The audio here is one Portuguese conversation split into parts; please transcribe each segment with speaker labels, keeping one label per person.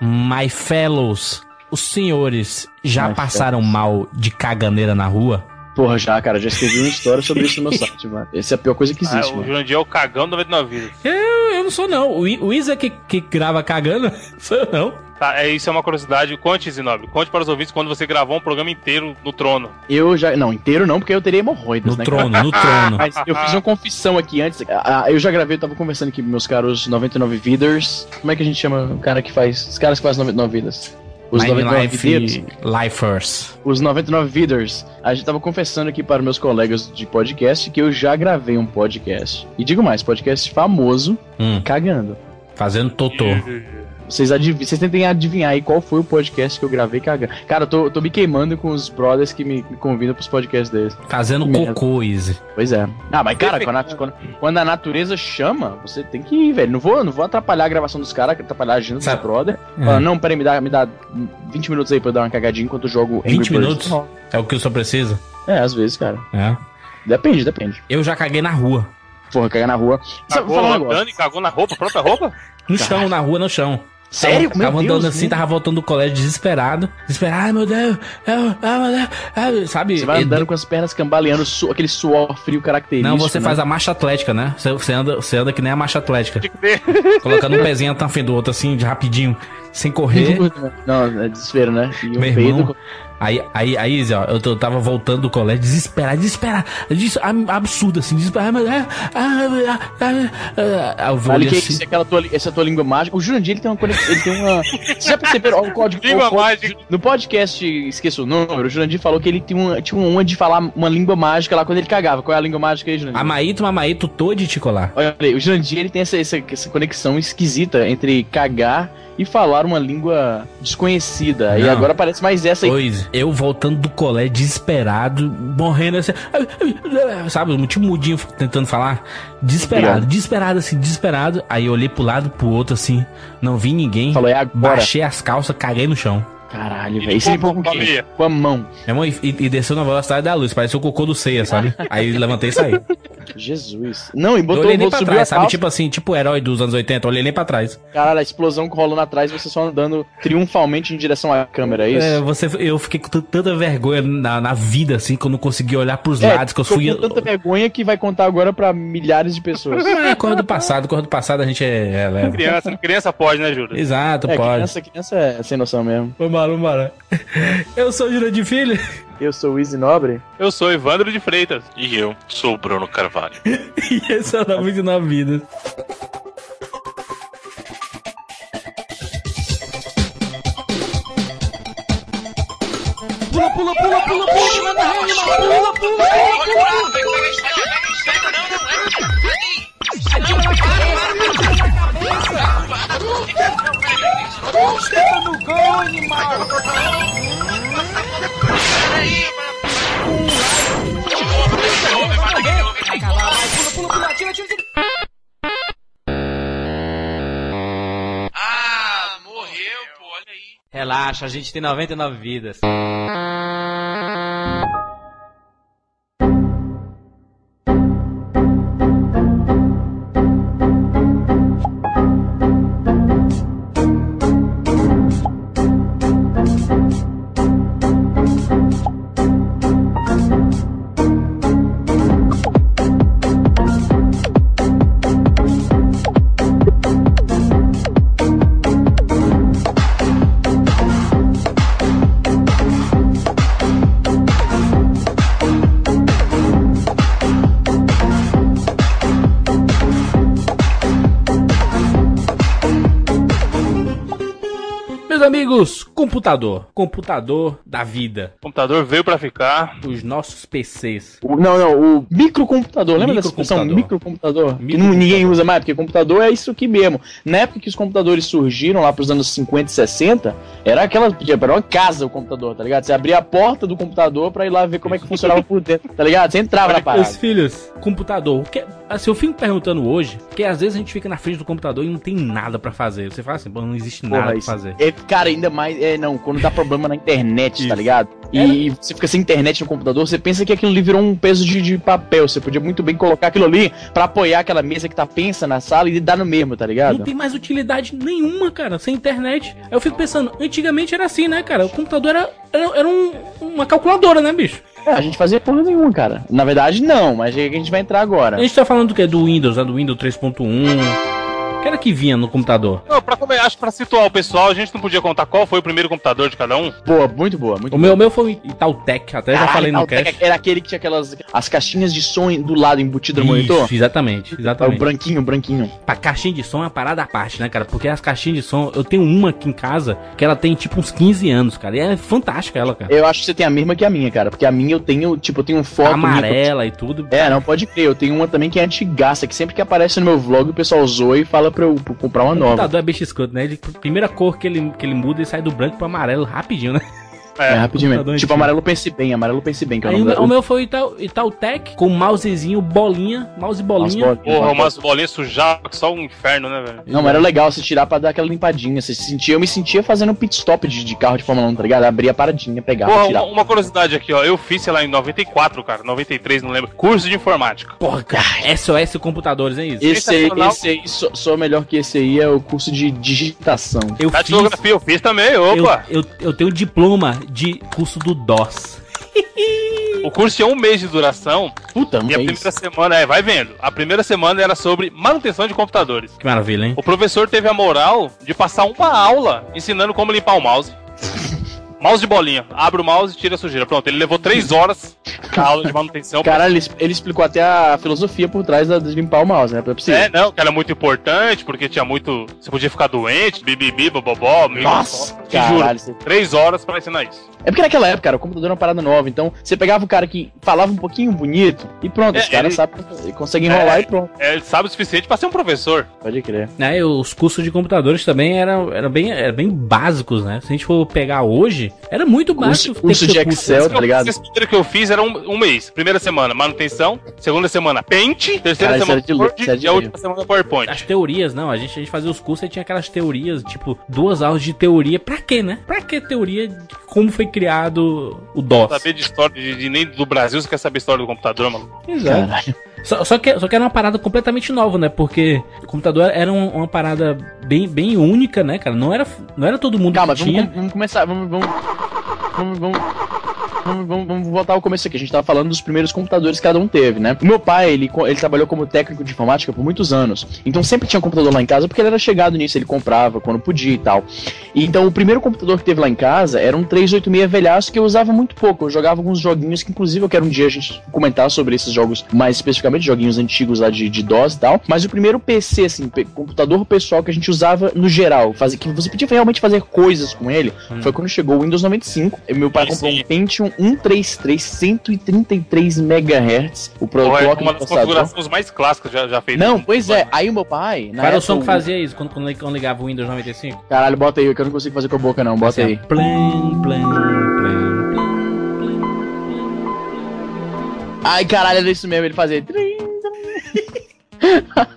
Speaker 1: My fellows, os senhores já My passaram fellows. mal de caganeira na rua?
Speaker 2: Porra, já, cara, já escrevi uma história sobre isso no meu site, mano. Essa é a pior coisa que existe. Ah,
Speaker 3: o Jurandir é o cagão do meio da vida.
Speaker 1: Eu, eu não sou, não. O, I, o Isa que, que grava cagando, sou eu, não.
Speaker 3: Tá, é, isso é uma curiosidade. Conte, Zinobre. Conte para os ouvintes quando você gravou um programa inteiro no trono.
Speaker 2: Eu já. Não, inteiro não, é porque eu teria hemorroidas,
Speaker 1: no né? Trono, cara? no trono,
Speaker 2: Mas eu fiz uma confissão aqui antes. Ah, eu já gravei, eu tava conversando aqui com meus caros 99 Viders. Como é que a gente chama o cara que faz. Os caras que fazem 99 Vidas?
Speaker 1: Os Nine 99 life, viders, Lifers.
Speaker 2: Os 99 Viders. A gente tava confessando aqui para meus colegas de podcast que eu já gravei um podcast. E digo mais, podcast famoso, hum. cagando.
Speaker 1: Fazendo totô.
Speaker 2: Vocês, adiv vocês tentem adivinhar aí qual foi o podcast que eu gravei cagando. Cara, eu tô, tô me queimando com os brothers que me, me convidam pros podcasts deles.
Speaker 1: Fazendo cocô, Easy.
Speaker 2: Pois é. Ah, mas cara, quando a, quando, quando a, natureza chama, você tem que ir, velho. Não vou, não vou atrapalhar a gravação dos caras, atrapalhar a agenda Sabe? dos brother. É. Falando, não, peraí, me dá, me dá 20 minutos aí pra eu dar uma cagadinha enquanto eu jogo
Speaker 1: Angry 20 Birds. minutos? É o que eu só preciso?
Speaker 2: É, às vezes, cara.
Speaker 1: É.
Speaker 2: Depende, depende.
Speaker 1: Eu já caguei na rua.
Speaker 2: Porra, cagar na rua.
Speaker 3: Cagou
Speaker 2: um
Speaker 3: andando e cagou na roupa, própria roupa?
Speaker 1: No Caraca. chão, na rua, no chão.
Speaker 2: Tá. Sério? né?
Speaker 1: Tava, tava andando Deus, assim, meu. tava voltando do colégio desesperado. Desesperado, ai meu Deus, eu, ai meu Deus, sabe?
Speaker 2: Você vai andando eu... com as pernas cambaleando, su aquele suor frio característico.
Speaker 1: Não, você né? faz a marcha atlética, né? Você, você, anda, você anda que nem a marcha atlética. Colocando um pezinho na frente do outro, assim, de rapidinho, sem correr.
Speaker 2: Não, é desespero, né? E
Speaker 1: um meu irmão, Aí, aí, aí, Zé, ó, eu, eu tava voltando do colégio, desesperado, desesperado, desesperado absurdo, assim, desesperado. ah,
Speaker 2: Eu vou ali, ali assim. que, aquela tua, essa tua língua mágica. O Jurandir, ele tem uma conexão, ele tem uma... Você já perceberam o código... Língua o código, mágica. No podcast, esqueça o número, o Jurandir falou que ele tinha uma, tinha uma de falar uma língua mágica lá quando ele cagava. Qual é a língua mágica aí, Jurandir?
Speaker 1: Amaito, mamaito, todo de ticolar.
Speaker 2: Olha, o Jurandir, ele tem essa, essa, essa conexão esquisita entre cagar e falar uma língua desconhecida. Não. E agora parece mais essa aí.
Speaker 1: Pois, eu voltando do colégio desesperado, morrendo assim. Sabe, um tipo mudinho tentando falar. Desesperado, desesperado assim, desesperado. Aí eu olhei pro lado, pro outro assim, não vi ninguém.
Speaker 2: Falou, é agora.
Speaker 1: Baixei as calças, caguei no chão.
Speaker 2: Caralho, velho. Isso limpou com o quê? Com a mão.
Speaker 1: Minha mãe, e, e desceu na velocidade da luz. Parecia o cocô do ceia, sabe? Aí levantei e saí.
Speaker 2: Jesus. Não, e botou
Speaker 1: eu olhei nem pra trás, sabe? Tipo assim, tipo o herói dos anos 80. Eu olhei nem pra trás.
Speaker 2: Caralho, a explosão rolando atrás, você só andando triunfalmente em direção à câmera, é isso? É,
Speaker 1: você, eu fiquei com tanta vergonha na, na vida, assim, que eu não consegui olhar pros é, lados, que eu fui...
Speaker 2: com tanta vergonha que vai contar agora pra milhares de pessoas.
Speaker 1: É, corre do passado. Corre do passado a gente é...
Speaker 3: é criança, criança pode, né, Júlio?
Speaker 1: Exato, é, pode. É.
Speaker 2: Criança, criança é sem noção mesmo.
Speaker 1: Vamos Vambora, Eu sou o Jurandir Filho.
Speaker 2: Eu sou o Easy Nobre.
Speaker 3: Eu sou o Evandro de Freitas.
Speaker 4: E eu sou o Bruno Carvalho.
Speaker 1: e esse é o 99 Vidas. Pula, pula, pula, pula, pula, pula, pula, pula, pula, pula, Senta no gol, animal! Peraí! Pula, pula, pula, tira, tira, tira!
Speaker 4: Ah, morreu, pô, olha aí.
Speaker 1: Relaxa, a gente tem 99 vidas. amigos, computador. Computador da vida.
Speaker 3: computador veio para ficar.
Speaker 1: Os nossos PCs.
Speaker 2: O, não, não, o microcomputador. Lembra microcomputador. dessa expressão? Microcomputador. microcomputador. Que não, ninguém usa mais, porque computador é isso aqui mesmo. Na época que os computadores surgiram, lá pros anos 50 e 60, era aquela. tipo, Era uma casa o computador, tá ligado? Você abria a porta do computador para ir lá ver como é que funcionava por dentro, tá ligado? Você entrava Olha, na parada.
Speaker 1: Meus filhos, computador. O que, assim, eu fico perguntando hoje, porque às vezes a gente fica na frente do computador e não tem nada para fazer. Você fala assim, não existe nada Porra, pra fazer.
Speaker 2: É, Cara, ainda mais. É, não, quando dá problema na internet, tá ligado? E,
Speaker 1: É.
Speaker 2: e você fica sem internet no computador, você pensa que aquilo ali virou um peso de, de papel. Você podia muito bem colocar aquilo ali pra apoiar aquela mesa que tá pensa na sala e dar no mesmo, tá ligado?
Speaker 1: Não tem mais utilidade nenhuma, cara, sem internet. Aí eu fico pensando, antigamente era assim, né, cara? O computador era, era, era um- uma calculadora, né, bicho?
Speaker 2: É, a gente fazia porra nenhuma, cara. Na verdade, não, mas é que a gente vai entrar
Speaker 1: A
Speaker 2: agora.
Speaker 1: gente tá falando do que? Do Windows, né? Do Windows 3.1. Que era que vinha no computador?
Speaker 3: Não, pra, come- acho que pra situar o pessoal, a gente não podia contar qual foi o primeiro computador de cada um.
Speaker 2: Boa, muito boa, muito
Speaker 1: O meu, o meu foi o Itautec, até já
Speaker 2: Caralho, é
Speaker 1: falei no
Speaker 2: tal,
Speaker 1: cast.
Speaker 2: Era aquele que tinha aquelas as caixinhas de som do lado embutido no monitor.
Speaker 1: Isso, exatamente,
Speaker 2: Ah, O
Speaker 1: exatamente.
Speaker 2: branquinho, o branquinho.
Speaker 1: Pra caixinha de som é uma parada à parte, né, cara? Porque as caixinhas de som, eu tenho uma aqui em casa que ela tem tipo uns 15 anos, cara. E é fantástica ela, cara.
Speaker 2: Eu acho que você tem a mesma que a minha, cara. Porque a minha eu tenho, tipo, eu tenho foto. minha-
Speaker 1: Amarela e tudo.
Speaker 2: É, não pode crer. Eu tenho uma também que é antigaça, que sempre que aparece no meu vlog o pessoal zoa e fala pra eu pra eu comprar uma
Speaker 1: O
Speaker 2: nova.
Speaker 1: computador é bicho escroto, né? Ele, a primeira cor que ele, que ele muda, ele sai do branco pro amarelo rapidinho, né?
Speaker 2: É,
Speaker 3: É,
Speaker 2: rapidinho mesmo.
Speaker 1: computador antigo.
Speaker 2: Tipo, amarelo pense bem, amarelo pense bem, que é o
Speaker 1: Aí
Speaker 2: nome
Speaker 1: o, meu-
Speaker 2: da-
Speaker 1: o meu foi Itaú, Itautec com mousezinho, bolinha, mouse e
Speaker 2: Nossa,
Speaker 1: bolinha.
Speaker 2: bolinha.
Speaker 3: Porra, umas bolinhas sujadas, que só um inferno, né, velho?
Speaker 2: Não, mas era legal você tirar pra dar aquela limpadinha. Você se sentia, eu me sentia fazendo um pit stop de, de carro de Fórmula 1, tá ligado? Abria a paradinha, pegava,
Speaker 3: Porra, um uma,
Speaker 2: tirava.
Speaker 3: uma curiosidade aqui, ó. Eu fiz, sei lá, em 94, cara, 93, não lembro. Curso de informática.
Speaker 1: Porra, cara, SOS Computadores, é isso?
Speaker 2: Esse aí,
Speaker 3: sensacional.
Speaker 2: esse aí só, só melhor que esse aí é o curso de digitação.
Speaker 1: Eu
Speaker 3: Da
Speaker 2: tá
Speaker 3: tipografia Tá eu fiz também, opa.
Speaker 1: Eu, eu, eu tenho diploma de curso do DOS.
Speaker 3: O curso tinha um mês de duração
Speaker 2: Puta,
Speaker 3: e a
Speaker 2: mas.
Speaker 3: primeira semana, é, vai vendo. A primeira semana era sobre manutenção de computadores.
Speaker 1: Que maravilha, hein?
Speaker 3: O professor teve a moral de passar uma aula ensinando como limpar o mouse. mouse de bolinha. Abre o mouse e tira a sujeira. Pronto, ele levou três horas na aula de manutenção.
Speaker 2: Caralho, ele, ele explicou até a filosofia por trás da, de limpar o mouse, né? Não É possível.
Speaker 3: É, não, que era muito importante, porque tinha muito. Você podia ficar doente, bibibi, bobobó, mimimi,
Speaker 2: Nossa,
Speaker 3: te juro.
Speaker 2: caralho. você-
Speaker 3: Três horas pra ensinar isso.
Speaker 2: É porque naquela época, cara, o computador era uma parada nova, então você pegava um cara que falava um pouquinho bonito e pronto,
Speaker 3: É,
Speaker 2: os caras
Speaker 3: ele-
Speaker 2: sabem, conseguem enrolar
Speaker 3: É.
Speaker 2: e pronto.
Speaker 3: É, ele sabe o suficiente pra ser um professor.
Speaker 2: Pode crer.
Speaker 1: Né, e os cursos de computadores também eram, eram, bem, eram bem básicos, né? Se a gente for pegar hoje, era muito
Speaker 2: Curso-
Speaker 1: básico. ter
Speaker 2: curso
Speaker 1: que
Speaker 2: de
Speaker 1: ter
Speaker 2: Excel,
Speaker 1: né?
Speaker 2: tá ligado?
Speaker 3: Esse primeiro que eu fiz era um, um mês. Primeira semana, manutenção. Segunda semana, pente. Terceira
Speaker 2: Cara, isso
Speaker 3: semana,
Speaker 2: era de louco, isso era de
Speaker 3: E a
Speaker 2: louco.
Speaker 3: última semana, PowerPoint.
Speaker 1: As teorias, não. A gente, a gente fazia os cursos e tinha aquelas teorias, tipo, duas aulas de teoria. Pra quê, né? Pra que teoria de como foi criado o DOS?
Speaker 3: Saber de história, de, de- nem do Brasil, você quer saber história do computador, mano.
Speaker 1: Exato.
Speaker 2: Caralho.
Speaker 1: Só, só que, só que era uma parada completamente nova, né? Porque o computador era um- uma parada bem, bem única, né, cara? Não era, não era todo mundo
Speaker 2: Calma,
Speaker 1: que
Speaker 2: vamos,
Speaker 1: tinha.
Speaker 2: com- vamos começar, vamos, vamos, vamos, vamos, vamos, vamos, vamos voltar ao começo aqui. A gente tava falando dos primeiros computadores que cada um teve, né? O meu pai, ele, co- ele trabalhou como técnico de informática por muitos anos, então sempre tinha um computador lá em casa porque ele era chegado nisso, ele comprava quando podia e tal. E, então o primeiro computador que teve lá em casa era um 386 velhaço que eu usava muito pouco. Eu jogava alguns joguinhos que, inclusive, eu quero um dia a gente comentar sobre esses jogos, mais especificamente joguinhos antigos lá de, de DOS e tal. Mas o primeiro PC, assim, pe- computador pessoal que a gente usava no geral, fazer, que você podia realmente fazer coisas com ele,
Speaker 1: Hum.
Speaker 2: foi quando chegou o Windows 95. E meu pai
Speaker 3: Aí
Speaker 2: comprou
Speaker 3: sim.
Speaker 2: um Pentium 133, 133 MHz. O pro
Speaker 3: Porra, é
Speaker 2: clock
Speaker 3: uma
Speaker 2: do
Speaker 3: das
Speaker 2: processador.
Speaker 3: configurações mais clássicas já, já feitas.
Speaker 2: Não, pois é. Aí o meu pai. na
Speaker 1: Qual era o
Speaker 2: época,
Speaker 1: som que fazia isso quando, quando, quando ligava o Windows 95?
Speaker 2: Caralho, bota aí, que eu não consigo fazer com a boca, não.
Speaker 1: Assim,
Speaker 2: Bota aí.
Speaker 1: ó, Plim, plim, plim.
Speaker 2: Ai, caralho, era isso mesmo, ele fazia. trim.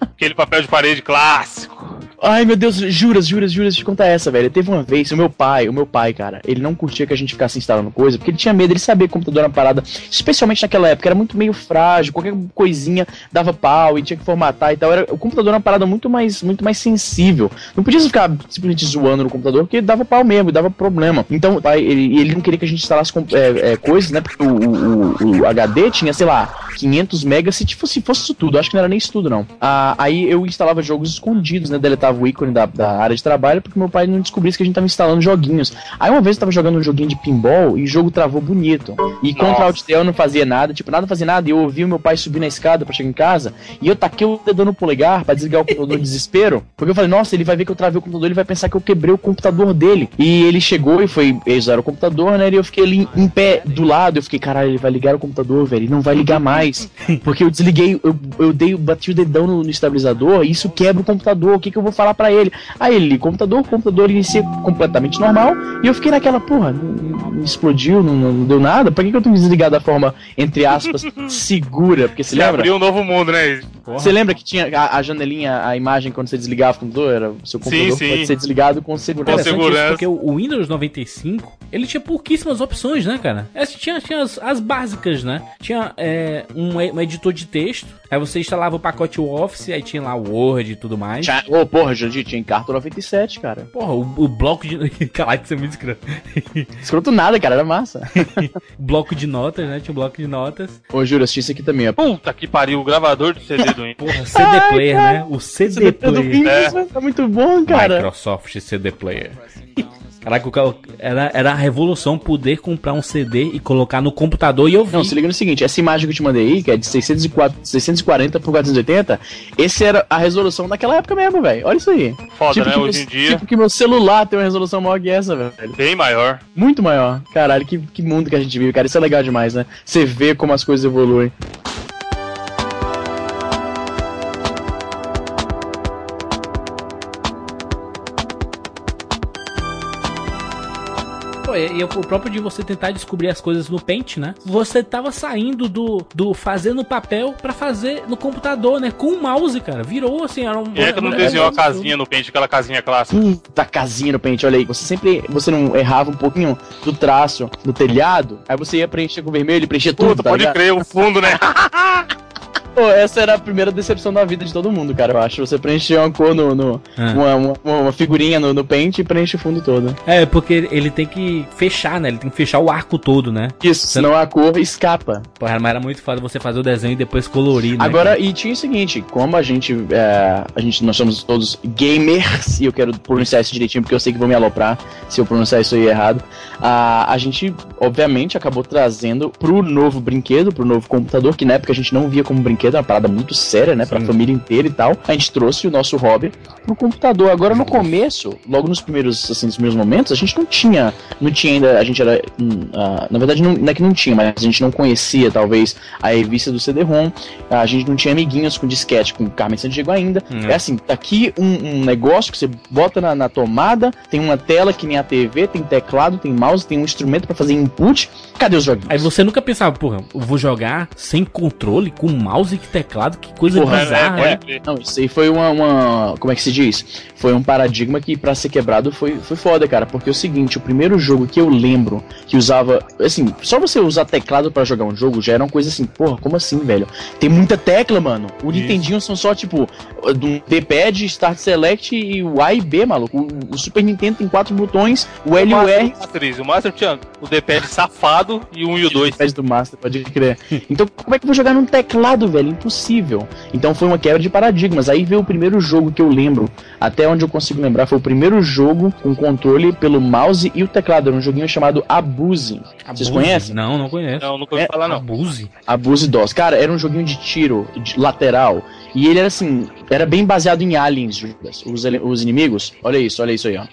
Speaker 3: Aquele papel de parede clássico.
Speaker 2: Ai, meu Deus, juras, juras, juras de contar essa, velho. Teve uma vez, o meu pai, o meu pai, cara, ele não curtia que a gente ficasse instalando coisa, porque ele tinha medo, ele sabia que o computador era uma parada, especialmente naquela época, era muito meio frágil, qualquer coisinha dava pau e tinha que formatar e tal. Era, o computador era uma parada muito mais, muito mais sensível. Não podia ficar simplesmente zoando no computador, porque dava pau mesmo, dava problema. Então, o pai, ele, ele não queria que a gente instalasse com- é, é, coisas, né? Porque o, o- o- o HD tinha, sei lá, 500 megas, se, tipo, se fosse isso tudo. Acho que não era nem isso tudo, não. Ah, aí eu instalava jogos escondidos, né? Deletava o ícone da, da área de trabalho, porque meu pai não descobrisse que a gente tava instalando joguinhos. Aí uma vez eu tava jogando um joguinho de pinball e o jogo travou bonito. E contra
Speaker 3: Nossa.
Speaker 2: Alt Del não fazia nada, tipo, nada fazia nada. E eu ouvi o meu pai subir na escada pra chegar em casa. E eu taquei o dedo no polegar pra desligar o computador no desespero. Porque eu falei, nossa, ele vai ver que eu travei o computador, ele vai pensar que eu quebrei o computador dele. E ele chegou e foi, eles usaram o computador, né? E eu fiquei ali em pé do lado. Eu fiquei, caralho, ele vai ligar o computador, velho. Ele não vai ligar mais. mais. Porque eu desliguei, eu, eu dei, bati o dedão no, no estabilizador e isso quebra o computador. O que, que eu vou falar pra ele? Aí ele liga o computador, o computador inicia completamente normal. E eu fiquei naquela, porra, não, não explodiu, não, não deu nada. Pra que, que eu tenho que desligar da forma, entre aspas, segura? Porque se
Speaker 3: Você
Speaker 2: lembra?
Speaker 3: abriu um novo mundo, né?
Speaker 1: Porra.
Speaker 2: Você lembra que tinha a, a janelinha, a imagem quando você desligava o computador? Era, o seu
Speaker 3: Sim,
Speaker 2: computador
Speaker 3: sim.
Speaker 2: pode ser desligado com segurança.
Speaker 1: Interessante
Speaker 3: segurança.
Speaker 1: isso, porque o o Windows 95, ele tinha pouquíssimas opções, né, cara? Essa tinha, tinha as, as básicas, né? Tinha é, um, e- um editor de texto, aí você instalava o pacote Office, aí tinha lá o Word e tudo mais.
Speaker 2: Tinha- Ô, porra, Jandir, tinha Encarta 97, cara.
Speaker 1: Porra, o, o bloco de... Caraca, isso é muito escroto.
Speaker 2: Escroto nada, cara, era massa.
Speaker 1: bloco de notas, né? Tinha um bloco de notas.
Speaker 2: Ô, Júlio, assisti isso aqui também, ó.
Speaker 3: Puta que pariu, o gravador do CD do Inter.
Speaker 1: Porra, CD Player, né? O CD,
Speaker 2: CDP do
Speaker 1: Player.
Speaker 3: É.
Speaker 2: Windows, mas tá muito bom, cara.
Speaker 1: Microsoft CD Player. Caraca, o cara- era, era a revolução poder comprar um CD e colocar no computador e ouvir.
Speaker 2: Não, se liga no seguinte, essa imagem que eu te mandei aí, que é de 604 640 por 480, esse era a resolução daquela época mesmo, velho. Olha isso aí.
Speaker 3: Foda,
Speaker 2: tipo que
Speaker 3: né?
Speaker 2: tipo
Speaker 3: Hoje
Speaker 2: meu-
Speaker 3: em dia,
Speaker 2: Tipo que meu celular tem uma resolução maior que essa, velho.
Speaker 3: bem maior.
Speaker 2: Muito maior. Caralho, que, que mundo que a gente vive, cara. Isso é legal demais, né? Você vê como as coisas evoluem.
Speaker 1: Pô, e, e o próprio de você tentar descobrir as coisas no Paint, né? Você tava saindo do, do fazer no papel pra fazer no computador, né? Com o mouse, cara. Virou assim, era um.
Speaker 3: Quem é que não desenhou a casinha no pente, aquela casinha clássica?
Speaker 2: Puta casinha no pente, olha aí. Você sempre. Você não errava um pouquinho do traço do telhado. Aí você ia preencher com vermelho e preencher tudo.
Speaker 3: Puta,
Speaker 2: Tá
Speaker 3: pode
Speaker 2: ligado?
Speaker 3: crer, o fundo, né?
Speaker 2: Pô, essa era a primeira decepção da vida de todo mundo, cara, eu acho. Você preencher uma cor no. no-
Speaker 3: É.
Speaker 1: Ah.
Speaker 2: uma, uma- uma figurinha no, no pente e preenche o fundo todo.
Speaker 1: É, porque ele- ele tem que fechar, né? Ele tem que fechar o arco todo, né?
Speaker 2: Isso, senão a cor escapa.
Speaker 1: Porra, mas era muito foda você fazer o desenho e depois colorir, né?
Speaker 2: Agora, e tinha o seguinte, como a gente, é, a gente, nós somos todos gamers, e eu quero pronunciar isso direitinho porque eu sei que vão me aloprar se eu pronunciar isso aí errado, a, a gente, obviamente, acabou trazendo pro novo brinquedo, pro novo computador, que na época a gente não via como brinquedo, é uma parada muito séria, né, pra
Speaker 1: Sim.
Speaker 2: família inteira e tal, a gente trouxe o nosso hobby pro computador. Agora, no começo, logo nos primeiros, assim, nos primeiros momentos, a gente não tinha, não tinha ainda, a gente era, hum, ah, na verdade, não, não é que não tinha, mas a gente não conhecia, talvez, a revista do CD-ROM, a gente não tinha amiguinhos com disquete, com Carmen Sandiego ainda.
Speaker 1: Hum.
Speaker 2: É assim, tá aqui um, um negócio que você bota na, na tomada, tem uma tela que nem a TV, tem teclado, tem mouse, tem um instrumento pra fazer input. Cadê os joguinhos?
Speaker 1: Aí você nunca pensava, porra, eu vou jogar sem controle, com mouse e teclado, que coisa
Speaker 2: Porra,
Speaker 1: bizarra.
Speaker 3: é,
Speaker 1: né?
Speaker 3: é, pode crer.
Speaker 2: Não, isso aí foi uma, uma- Como é que se diz? Foi um paradigma que, pra ser quebrado, foi, foi foda, cara. Porque é o seguinte, o primeiro jogo que eu lembro que usava. Assim, só você usar teclado pra jogar um jogo já era uma coisa assim, porra, como assim, velho? Tem muita tecla, mano. O
Speaker 3: Isso.
Speaker 2: Nintendinho são só, tipo, um D-pad, Start Select e o A e B, maluco. O, o Super Nintendo tem quatro botões, o L e o R.
Speaker 3: O Master, o Master tinha o D-pad safado e um e o dois.
Speaker 2: Pad do Master, pode crer. Então, como é que eu vou jogar num teclado, velho? Impossível. Então foi uma quebra de paradigmas. Aí veio o primeiro jogo que eu lembro, até onde eu consigo lembrar, foi o primeiro jogo com controle pelo mouse e o teclado. Era um joguinho chamado Abuse. é. Vocês
Speaker 1: Abuse?
Speaker 2: conhecem?
Speaker 1: Não, não conheço.
Speaker 3: Não, nunca ouvi
Speaker 2: É,
Speaker 3: falar, não.
Speaker 1: Abuse?
Speaker 2: Abuse DOS. Cara, era um joguinho de tiro, de lateral. E ele era assim, era bem baseado em aliens, Judas. os, ele- os inimigos. Olha isso, olha isso aí, ó.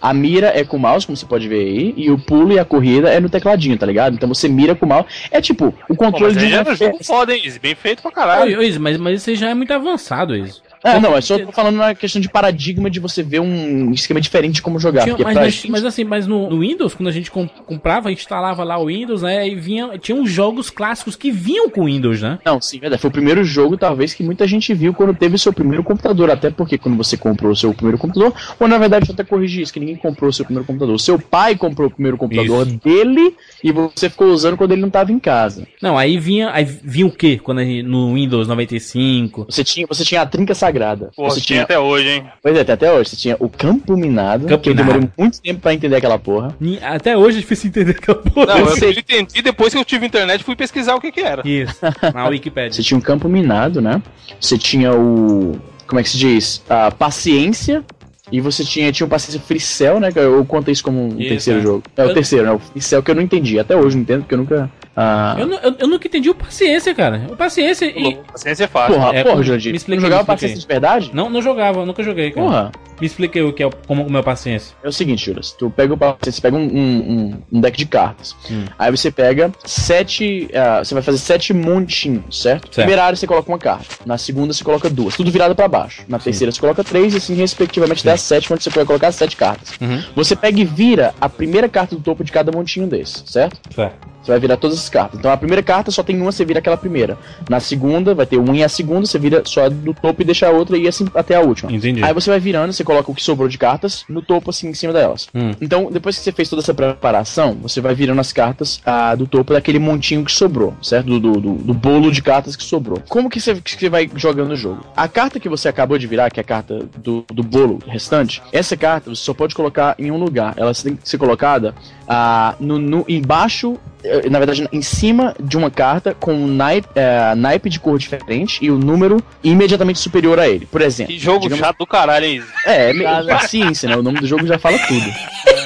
Speaker 2: A mira é com o mouse, como você pode ver aí, e o pulo e a corrida é no tecladinho, tá ligado? Então você mira com o mouse. É tipo, o
Speaker 3: Pô,
Speaker 2: controle
Speaker 3: mas
Speaker 2: de
Speaker 3: aí
Speaker 2: um
Speaker 3: era um
Speaker 2: FPS.
Speaker 3: jogo foda, hein? Izzy? Bem feito pra caralho.
Speaker 1: Ô, ô, Izzy, mas, mas isso aí já é muito avançado, isso.
Speaker 2: Ah, não, eu só tô falando na questão de paradigma de você ver um esquema diferente de como jogar.
Speaker 1: Tinha-
Speaker 2: porque
Speaker 1: mas,
Speaker 2: pra
Speaker 1: mas-
Speaker 2: gente-
Speaker 1: mas assim, mas no, no Windows, quando a gente com- comprava, instalava lá o Windows, né? E vinha, tinha uns jogos clássicos que vinham com o Windows, né?
Speaker 2: Não, sim, verdade. Foi o primeiro jogo, talvez, que muita gente viu quando teve o seu primeiro computador. Até porque quando você comprou o seu primeiro computador, ou na verdade, deixa eu até corrigir isso, que ninguém comprou o seu primeiro computador. O seu pai comprou o primeiro computador dele e você ficou usando quando ele não tava em casa.
Speaker 1: Não, aí vinha, aí vinha o quê? Quando a gente- no Windows 95.
Speaker 2: Você tinha, você tinha a trinca sagrada.
Speaker 3: Pô,
Speaker 2: você
Speaker 3: tinha, até hoje, hein?
Speaker 2: Pois é, até- até hoje. Você tinha o campo minado,
Speaker 1: Campo
Speaker 2: que eu
Speaker 1: Minado.
Speaker 2: demorei muito tempo pra entender aquela porra.
Speaker 1: Ni- Até hoje é difícil entender aquela porra.
Speaker 3: Não, eu,
Speaker 2: sei.
Speaker 3: entendi depois que eu tive internet fui pesquisar o que que era.
Speaker 1: Isso, na
Speaker 2: Você
Speaker 1: Wikipedia.
Speaker 2: tinha um campo minado, né? Você tinha o. Como é que se diz? A paciência. E você tinha, tinha o paciência Fricel, né? que Eu eu conto isso como um
Speaker 1: Isso,
Speaker 2: terceiro
Speaker 1: é.
Speaker 2: jogo. É
Speaker 1: Eu-
Speaker 2: o terceiro, né? O Fricel que eu não entendi. Até hoje não entendo, porque eu nunca. Ah,
Speaker 1: Eu, nu- eu, eu nunca entendi o paciência, cara. O paciência e.
Speaker 3: Paciência é fácil.
Speaker 2: porra,
Speaker 1: é,
Speaker 2: porra,
Speaker 1: me
Speaker 2: Jandir.
Speaker 1: explica
Speaker 2: Não
Speaker 1: aí, me
Speaker 2: jogava
Speaker 1: explica aí.
Speaker 2: paciência de verdade?
Speaker 1: Não, não jogava, eu nunca joguei, cara.
Speaker 2: Porra.
Speaker 1: Me explica aí o que é o- como como é o paciência.
Speaker 2: É o seguinte, Juras, tu pega o pa- você pega um, um- um- um deck de cartas.
Speaker 1: Hum.
Speaker 2: Aí você pega sete. ah, você vai fazer sete montinhos, certo?
Speaker 1: Certo.
Speaker 2: Na Primeira área você coloca uma carta. Na segunda você coloca duas, tudo virado pra baixo. Na terceira você coloca três, e assim, respectivamente, até a sétima, onde você vai colocar as sete cartas.
Speaker 1: Uhum.
Speaker 2: Você pega e vira a primeira carta do topo de cada montinho desse, certo?
Speaker 1: Certo.
Speaker 2: Você vai virar todas as cartas. Então a primeira carta só tem uma, você vira aquela primeira. Na segunda, vai ter uma e a segunda, você vira só a do topo e deixa a outra e assim até a última.
Speaker 1: Entendi.
Speaker 2: Aí você vai virando, você coloca o que sobrou de cartas no topo, assim, em cima delas.
Speaker 1: Hum.
Speaker 2: Então, depois que você fez toda essa preparação, você vai virando as cartas ah, do topo daquele montinho que sobrou, certo? Do, do, do- do bolo de cartas que sobrou. Como que você, que você vai jogando o jogo? A carta que você acabou de virar, que é a carta do, do bolo restante, essa carta você só pode colocar em um lugar. Ela tem que ser colocada ah, no, no- embaixo, eh, na verdade, em cima de uma carta com um naipe, eh, naipe de cor diferente e o número imediatamente superior a ele. Por exemplo.
Speaker 3: Que jogo
Speaker 2: digamos-
Speaker 3: chato do caralho, hein?
Speaker 2: é, é meio paciência, né? O nome do jogo já fala tudo.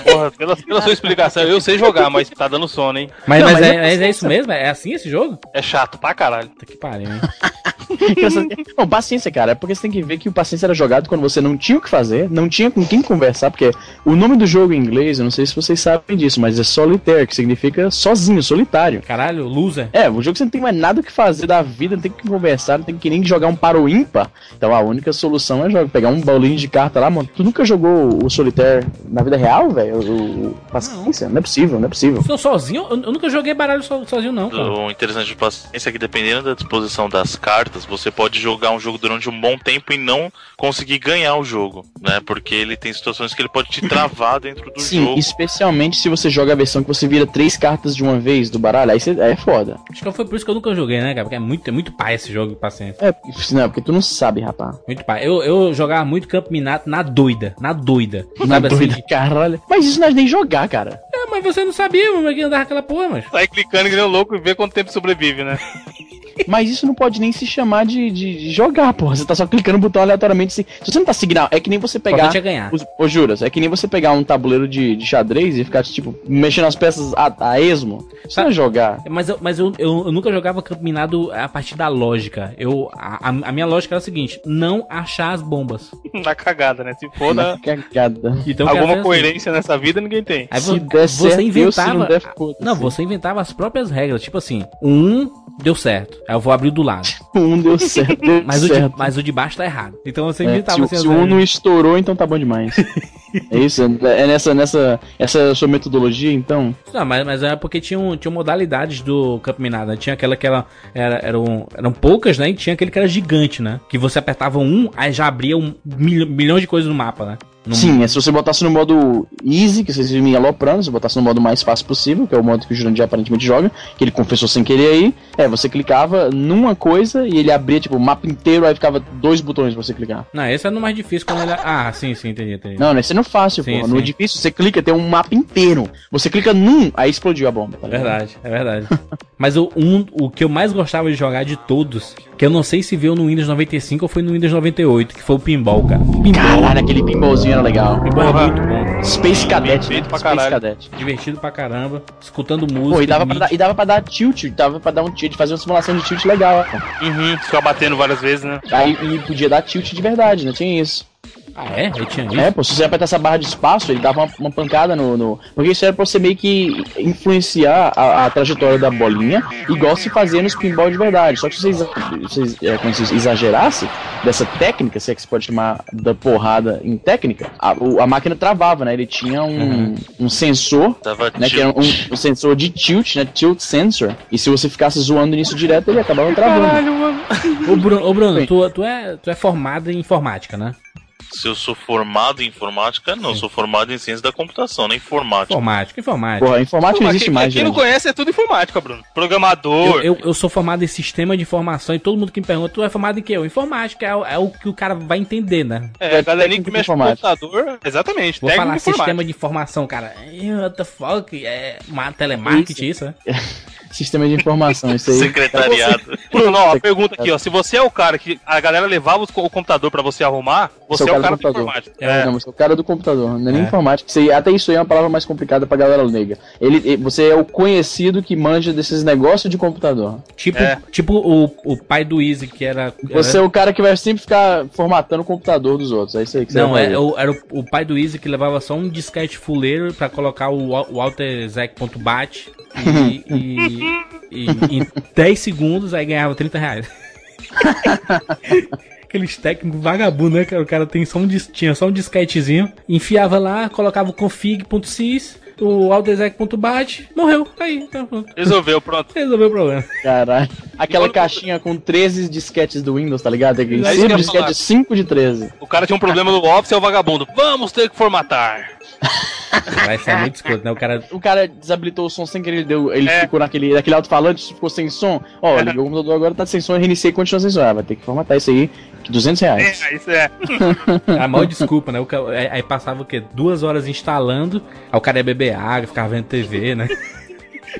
Speaker 3: Porra, pela, pela sua explicação, eu sei jogar, mas tá dando sono, hein?
Speaker 1: Mas,
Speaker 2: Não,
Speaker 1: mas,
Speaker 2: mas
Speaker 1: é,
Speaker 2: é
Speaker 1: mas é isso mesmo? É assim esse jogo?
Speaker 3: É chato pra caralho.
Speaker 1: Puta que pariu, hein?
Speaker 2: Engraçado que- Não, paciência, cara. É porque você tem que ver que o paciência era jogado quando você não tinha o que fazer, não tinha com quem conversar, porque o nome do jogo em inglês, eu não sei se vocês sabem disso, mas é solitaire, que significa sozinho, solitário.
Speaker 1: Caralho, loser.
Speaker 2: É, o jogo que você não tem mais nada o que fazer da vida, não tem que conversar, não tem que nem jogar um para o ímpar. Então a única solução é jogar, pegar um bolinho de carta lá, mano. Tu nunca jogou o solitaire na vida real, velho? O, o paciência? Não é possível, não é possível.
Speaker 1: Se eu sozinho, eu, eu nunca joguei baralho so- sozinho, não, cara.
Speaker 4: O Então, um interessante do paciência é que dependendo da disposição das cartas, você pode jogar um jogo durante um bom tempo e não conseguir ganhar o jogo, né? Porque ele tem situações que ele pode te travar dentro do
Speaker 2: Sim,
Speaker 4: jogo.
Speaker 2: especialmente se você joga a versão que você vira três cartas de uma vez do baralho, aí, você, aí é foda.
Speaker 1: Acho que foi por isso que eu nunca joguei, né, cara? Porque é muito, é muito pai esse jogo, paciência.
Speaker 2: É, não, porque tu não sabe, rapaz.
Speaker 1: Muito pai. Eu, eu jogava muito campo minado na doida. Na doida.
Speaker 2: Na
Speaker 1: Sabe assim,
Speaker 2: doida,
Speaker 1: de-
Speaker 2: caralho. Mas isso não é nem jogar, cara.
Speaker 1: É, mas você não sabia, mano, que andava aquela porra, mas.
Speaker 3: Sai clicando que nem um louco e vê quanto tempo sobrevive, né?
Speaker 2: Mas isso não pode nem se chamar de, de, de jogar, porra. Você tá só clicando no botão aleatoriamente. Se, se você não tá seguindo, é que nem você pegar.
Speaker 1: Importante é ganhar.
Speaker 2: Os, ô, Juras, é que nem você pegar um tabuleiro de, de xadrez e ficar, tipo, mexendo as peças a, a esmo. Isso não é jogar.
Speaker 1: Mas, eu, mas eu, eu, eu nunca jogava campo minado a partir da lógica. Eu, a, a- a minha lógica era a seguinte: não achar as bombas.
Speaker 3: Na cagada, né? Se for na...
Speaker 2: Cagada.
Speaker 1: Então, quer dizer
Speaker 3: alguma
Speaker 1: assim,
Speaker 3: coerência nessa vida, ninguém tem.
Speaker 1: Aí
Speaker 2: Se
Speaker 1: vo- você
Speaker 2: der certo, eu, se
Speaker 1: inventava.
Speaker 2: não der, foda-se.
Speaker 1: Não, você inventava as próprias regras. Tipo assim, um deu certo. Aí eu vou abrir o do lado.
Speaker 2: Um deu certo. Deu
Speaker 1: Mas, o
Speaker 2: certo.
Speaker 1: de, mas o de baixo tá errado. Então você
Speaker 2: É,
Speaker 1: inventava
Speaker 2: se,
Speaker 1: assim,
Speaker 2: se
Speaker 1: as
Speaker 2: o
Speaker 1: regras.
Speaker 2: Uno estourou, então tá bom demais. é isso? É nessa, nessa essa é sua metodologia, então?
Speaker 1: Não, mas, mas era porque tinha, um, tinha modalidades do campo minado. né? Tinha aquela que era, era- eram, eram poucas, né? E tinha aquele que era gigante, né? Que você apertava um, aí já abria um milho- milhão de coisas no mapa, né? No-
Speaker 2: Sim, é se você botasse no modo easy, que vocês me aloprando, se você botasse no modo mais fácil possível, que é o modo que o Jurandir aparentemente joga, que ele confessou sem querer aí, é, você clicava numa coisa e ele abria, tipo, o mapa inteiro, aí ficava dois botões pra você clicar.
Speaker 1: Não, esse era no mais difícil quando ele. Ah, sim, sim, entendi, entendi.
Speaker 2: Não, não, isso não é fácil,
Speaker 1: Sim,
Speaker 2: porra. No
Speaker 1: sim.
Speaker 2: difícil, você clica, tem um mapa inteiro. Você clica num, aí explodiu a bomba. tá
Speaker 1: É
Speaker 2: ligado?
Speaker 1: verdade, é verdade. Mas o, um, o que eu mais gostava de jogar de todos, que eu não sei se veio no Windows 95 ou foi no Windows 98, que foi o pinball, cara.
Speaker 2: Caralho, aquele pinballzinho era legal.
Speaker 1: Pinball é muito bom, cara.
Speaker 2: Space Cadet, né?
Speaker 3: feito pra
Speaker 2: Space
Speaker 3: caralho.
Speaker 2: Cadet.
Speaker 1: divertido pra caramba, escutando música.
Speaker 2: Pô, e dava, pra
Speaker 1: ritmo.
Speaker 2: dar, e dava pra dar tilt, dava pra dar um tilt, fazer uma simulação de tilt legal. ó.
Speaker 3: Uhum, ficar batendo várias vezes, né?
Speaker 2: Aí e podia dar tilt de verdade, não tinha isso.
Speaker 1: Ah, é? Eu tinha isso.
Speaker 2: É, pô, se você apertar essa barra de espaço, ele dava uma, uma pancada no, no- Porque isso era pra você meio que influenciar a, a trajetória da bolinha, igual se fazia nos pinball de verdade. Só que se você, exa- vocês, é, como se exagerasse dessa técnica, se é que se pode chamar da porrada em técnica, a, o- a máquina travava, né? Ele tinha um, um sensor
Speaker 4: Tava tipo,
Speaker 2: né, que era um, um sensor de tilt, né, tilt sensor, e se você ficasse zoando nisso direto, ele acabava travando.
Speaker 3: mano.
Speaker 1: Ô Bruno, ô, Bruno
Speaker 2: É? Sim.
Speaker 1: tu, tu, é, tu é formado em informática, né?
Speaker 4: Se eu sou formado em informática, não, eu sou formado em ciência da computação, não em informática.
Speaker 1: Informática, informática.
Speaker 2: Porra, a informática não existe
Speaker 3: quem,
Speaker 2: mais,
Speaker 3: quem não
Speaker 2: gente.
Speaker 3: conhece é tudo informática, Bruno.
Speaker 1: Eu,
Speaker 3: Programador.
Speaker 1: eu, eu sou formado em sistema de informação e todo mundo que me pergunta, tu é formado em quê? Eu, Informática é, o- é o que o cara vai entender, né?
Speaker 3: É, a galerinha
Speaker 2: técnico
Speaker 3: que
Speaker 2: de
Speaker 3: mexe com
Speaker 2: informática.
Speaker 3: computador. Exatamente,
Speaker 1: Vou falar
Speaker 3: técnico de informática.
Speaker 1: sistema de informação, cara. Eh, What the fuck? É uma telemarketing isso, né?
Speaker 2: sistema de informação, isso aí.
Speaker 4: Secretariado.
Speaker 3: Bruno, ó, a pergunta aqui, ó. Se você é o cara que a galera levava os co- o computador pra você arrumar, você
Speaker 2: Sou
Speaker 3: é o
Speaker 2: o cara
Speaker 3: cara
Speaker 2: do
Speaker 3: da
Speaker 2: computador.
Speaker 3: informática.
Speaker 2: É. Não, você é o cara do computador, não é nem informática. Isso aí- até isso aí é uma palavra mais complicada pra galera negra. Ele, e- você é o conhecido que manja desses negócios de computador.
Speaker 1: Tipo,
Speaker 3: É.
Speaker 1: tipo o, o pai do Easy, que era.
Speaker 2: Você é o cara que vai sempre ficar formatando o computador dos outros. É isso aí que você
Speaker 1: Não,
Speaker 2: vai
Speaker 1: é,
Speaker 2: fazer.
Speaker 1: o- era o, o pai do Easy que levava só um disquete fuleiro pra colocar o, wa- o alterzec.bat e, e, e em 10 segundos aí ganhava 30 reais. Aqueles técnicos vagabundo, né, cara? O cara tem só um, dis- tinha só um disquetezinho, enfiava lá, colocava o config.sys, o alterzec.bat, morreu, aí, então pronto.
Speaker 3: Resolveu, pronto.
Speaker 1: Resolveu o problema.
Speaker 2: Caralho. Aquela
Speaker 3: Quando-
Speaker 2: caixinha com 13 disquetes do Windows, tá ligado? Em
Speaker 3: É isso que
Speaker 2: cima
Speaker 3: eu ia
Speaker 2: disquete
Speaker 3: falar.
Speaker 2: 5 de 13.
Speaker 3: O cara tinha um problema no Office, é o vagabundo. Vamos ter que formatar.
Speaker 1: Vai ser muito escroto, né? O cara
Speaker 2: O cara desabilitou o som sem querer, ele, deu, ele
Speaker 3: É.
Speaker 2: ficou naquele, naquele alto-falante, ficou sem som. Ó,
Speaker 3: É.
Speaker 2: ligou o computador agora, tá sem som, reiniciei e continua sem som. Ah, vai ter que formatar isso aí, que 200 reais.
Speaker 3: É, isso é.
Speaker 1: A maior desculpa, né? O ca- aí- Aí passava o quê? Duas horas instalando, aí o cara ia beber água, ficava vendo TV, né?
Speaker 3: É.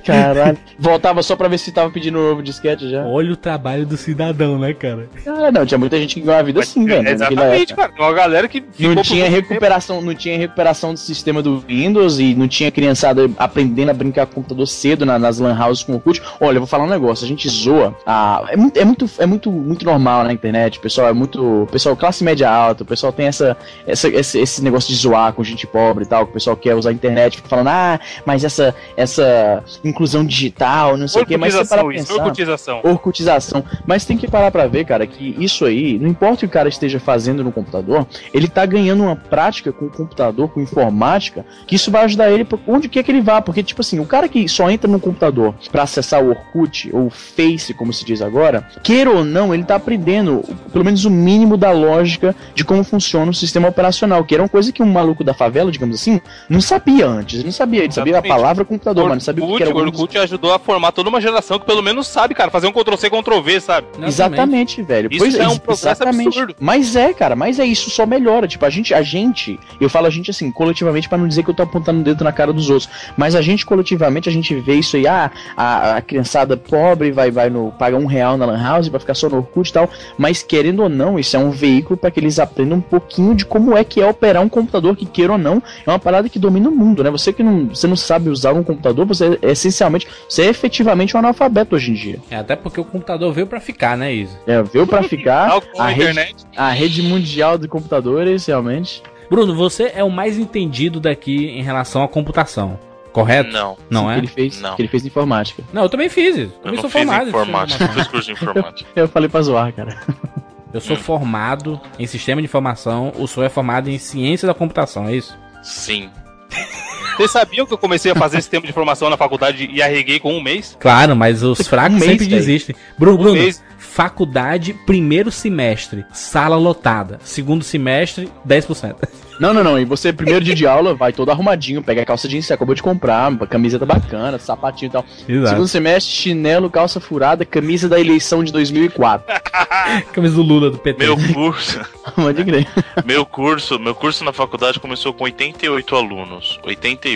Speaker 2: Caralho. Voltava só pra ver se tava pedindo novo disquete
Speaker 3: É.
Speaker 2: já.
Speaker 1: Olha o trabalho do cidadão, né, cara?
Speaker 2: Cara, não, tinha muita gente que ganhou a vida assim, velho. né, naquela
Speaker 3: é, Exatamente,
Speaker 2: época.
Speaker 3: cara. Uma galera que
Speaker 2: Não
Speaker 3: por
Speaker 2: tinha
Speaker 3: muito
Speaker 2: recuperação, não tinha recuperação do sistema do Windows e não tinha criançada aprendendo a brincar com o computador cedo na- nas lan houses com o Orkut. Olha, eu vou falar um negócio, a gente zoa. a- é muito, é muito, é muito, muito normal na internet, pessoal. É muito, pessoal, classe média alta, o pessoal tem essa, essa- esse, esse negócio de zoar com gente pobre e tal. Que o pessoal quer usar a internet, fica falando, ah, mas essa, essa inclusão digital, não sei o quê. Mas você para
Speaker 3: Orcutização, isso.
Speaker 2: pensar
Speaker 3: Orcutização.
Speaker 2: orcutização. Mas tem que parar pra ver, cara, que isso aí, não importa o que o cara esteja fazendo no computador, ele tá ganhando uma prática com o computador, com informática, que isso vai ajudar ele pra onde quer que ele vá, porque tipo assim, o cara que só entra no computador pra acessar o Orkut ou o Face, como se diz agora, queira ou não, ele tá aprendendo pelo menos o mínimo da lógica de como funciona o sistema operacional, que era uma coisa que um maluco da favela, digamos assim, não sabia antes, ele não sabia, ele sabia a
Speaker 3: Exatamente.
Speaker 2: palavra computador, mas não sabia o que que era
Speaker 3: Orkut,
Speaker 2: o Windows.
Speaker 3: Orkut ajudou a formar toda uma geração que pelo menos sabe, cara, fazer um Ctrl-C, Ctrl-V, sabe?
Speaker 2: Exatamente, velho.
Speaker 3: Isso
Speaker 2: pois
Speaker 3: já é um
Speaker 2: ex-
Speaker 3: progresso absurdo.
Speaker 2: Mas é, cara, mas é isso só melhora. Tipo, a gente, a gente, eu falo a gente assim, coletivamente, pra não dizer que eu tô apontando o dedo na cara dos outros. Mas a gente, coletivamente, a gente vê isso aí, ah, a, a criançada pobre vai, vai no. paga um real na Lan House pra ficar só no Orkut e tal. Mas querendo ou não, isso é um veículo pra que eles aprendam um pouquinho de como é que é operar um computador que queira ou não. É uma parada que domina o mundo, né? Você que não, você não sabe usar um computador, você é essencialmente, você é efetivamente um analfabeto hoje em dia.
Speaker 1: É, até porque o computador veio pra ficar, né, Isa?
Speaker 2: É, veio pra ficar.
Speaker 3: Tal como
Speaker 2: a
Speaker 3: a
Speaker 2: rede-
Speaker 3: internet.
Speaker 2: A rede mundial de computadores, realmente.
Speaker 1: Bruno, você é o mais entendido daqui em relação à computação, correto?
Speaker 4: Não,
Speaker 1: Não,
Speaker 2: que
Speaker 1: é?
Speaker 2: ele fez,
Speaker 4: Não.
Speaker 2: Que ele fez informática.
Speaker 1: Não, eu também fiz isso.
Speaker 4: eu
Speaker 1: Também
Speaker 4: não
Speaker 1: sou
Speaker 4: fiz
Speaker 1: formado.
Speaker 2: né,
Speaker 1: em
Speaker 4: informática, não
Speaker 1: sistema de
Speaker 4: fiz
Speaker 1: informação.
Speaker 4: curso de informática.
Speaker 2: Eu falei pra zoar, cara.
Speaker 1: Eu
Speaker 4: Hum.
Speaker 1: sou formado em sistema de informação, o senhor é formado em ciência da computação, é isso?
Speaker 4: Sim.
Speaker 3: Vocês sabiam que eu comecei a fazer sistema de formação na faculdade e arreguei com um mês?
Speaker 1: Claro, mas os fracos
Speaker 2: um mês,
Speaker 1: sempre
Speaker 2: velho.
Speaker 1: desistem. Bruno,
Speaker 3: Um
Speaker 1: Bruno,
Speaker 3: mês.
Speaker 1: faculdade, primeiro semestre, sala lotada. Segundo semestre, 10%.
Speaker 2: Não, não, não. E você, primeiro dia de aula, vai todo arrumadinho, pega a calça jeans que você acabou de comprar, uma camiseta bacana, sapatinho e tal. Segundo semestre, chinelo, calça furada, camisa da eleição de 2004.
Speaker 1: Camisa do Lula do PT.
Speaker 4: Meu curso,
Speaker 2: Pode crer.
Speaker 4: meu curso, meu curso na faculdade começou com 88 alunos. 88.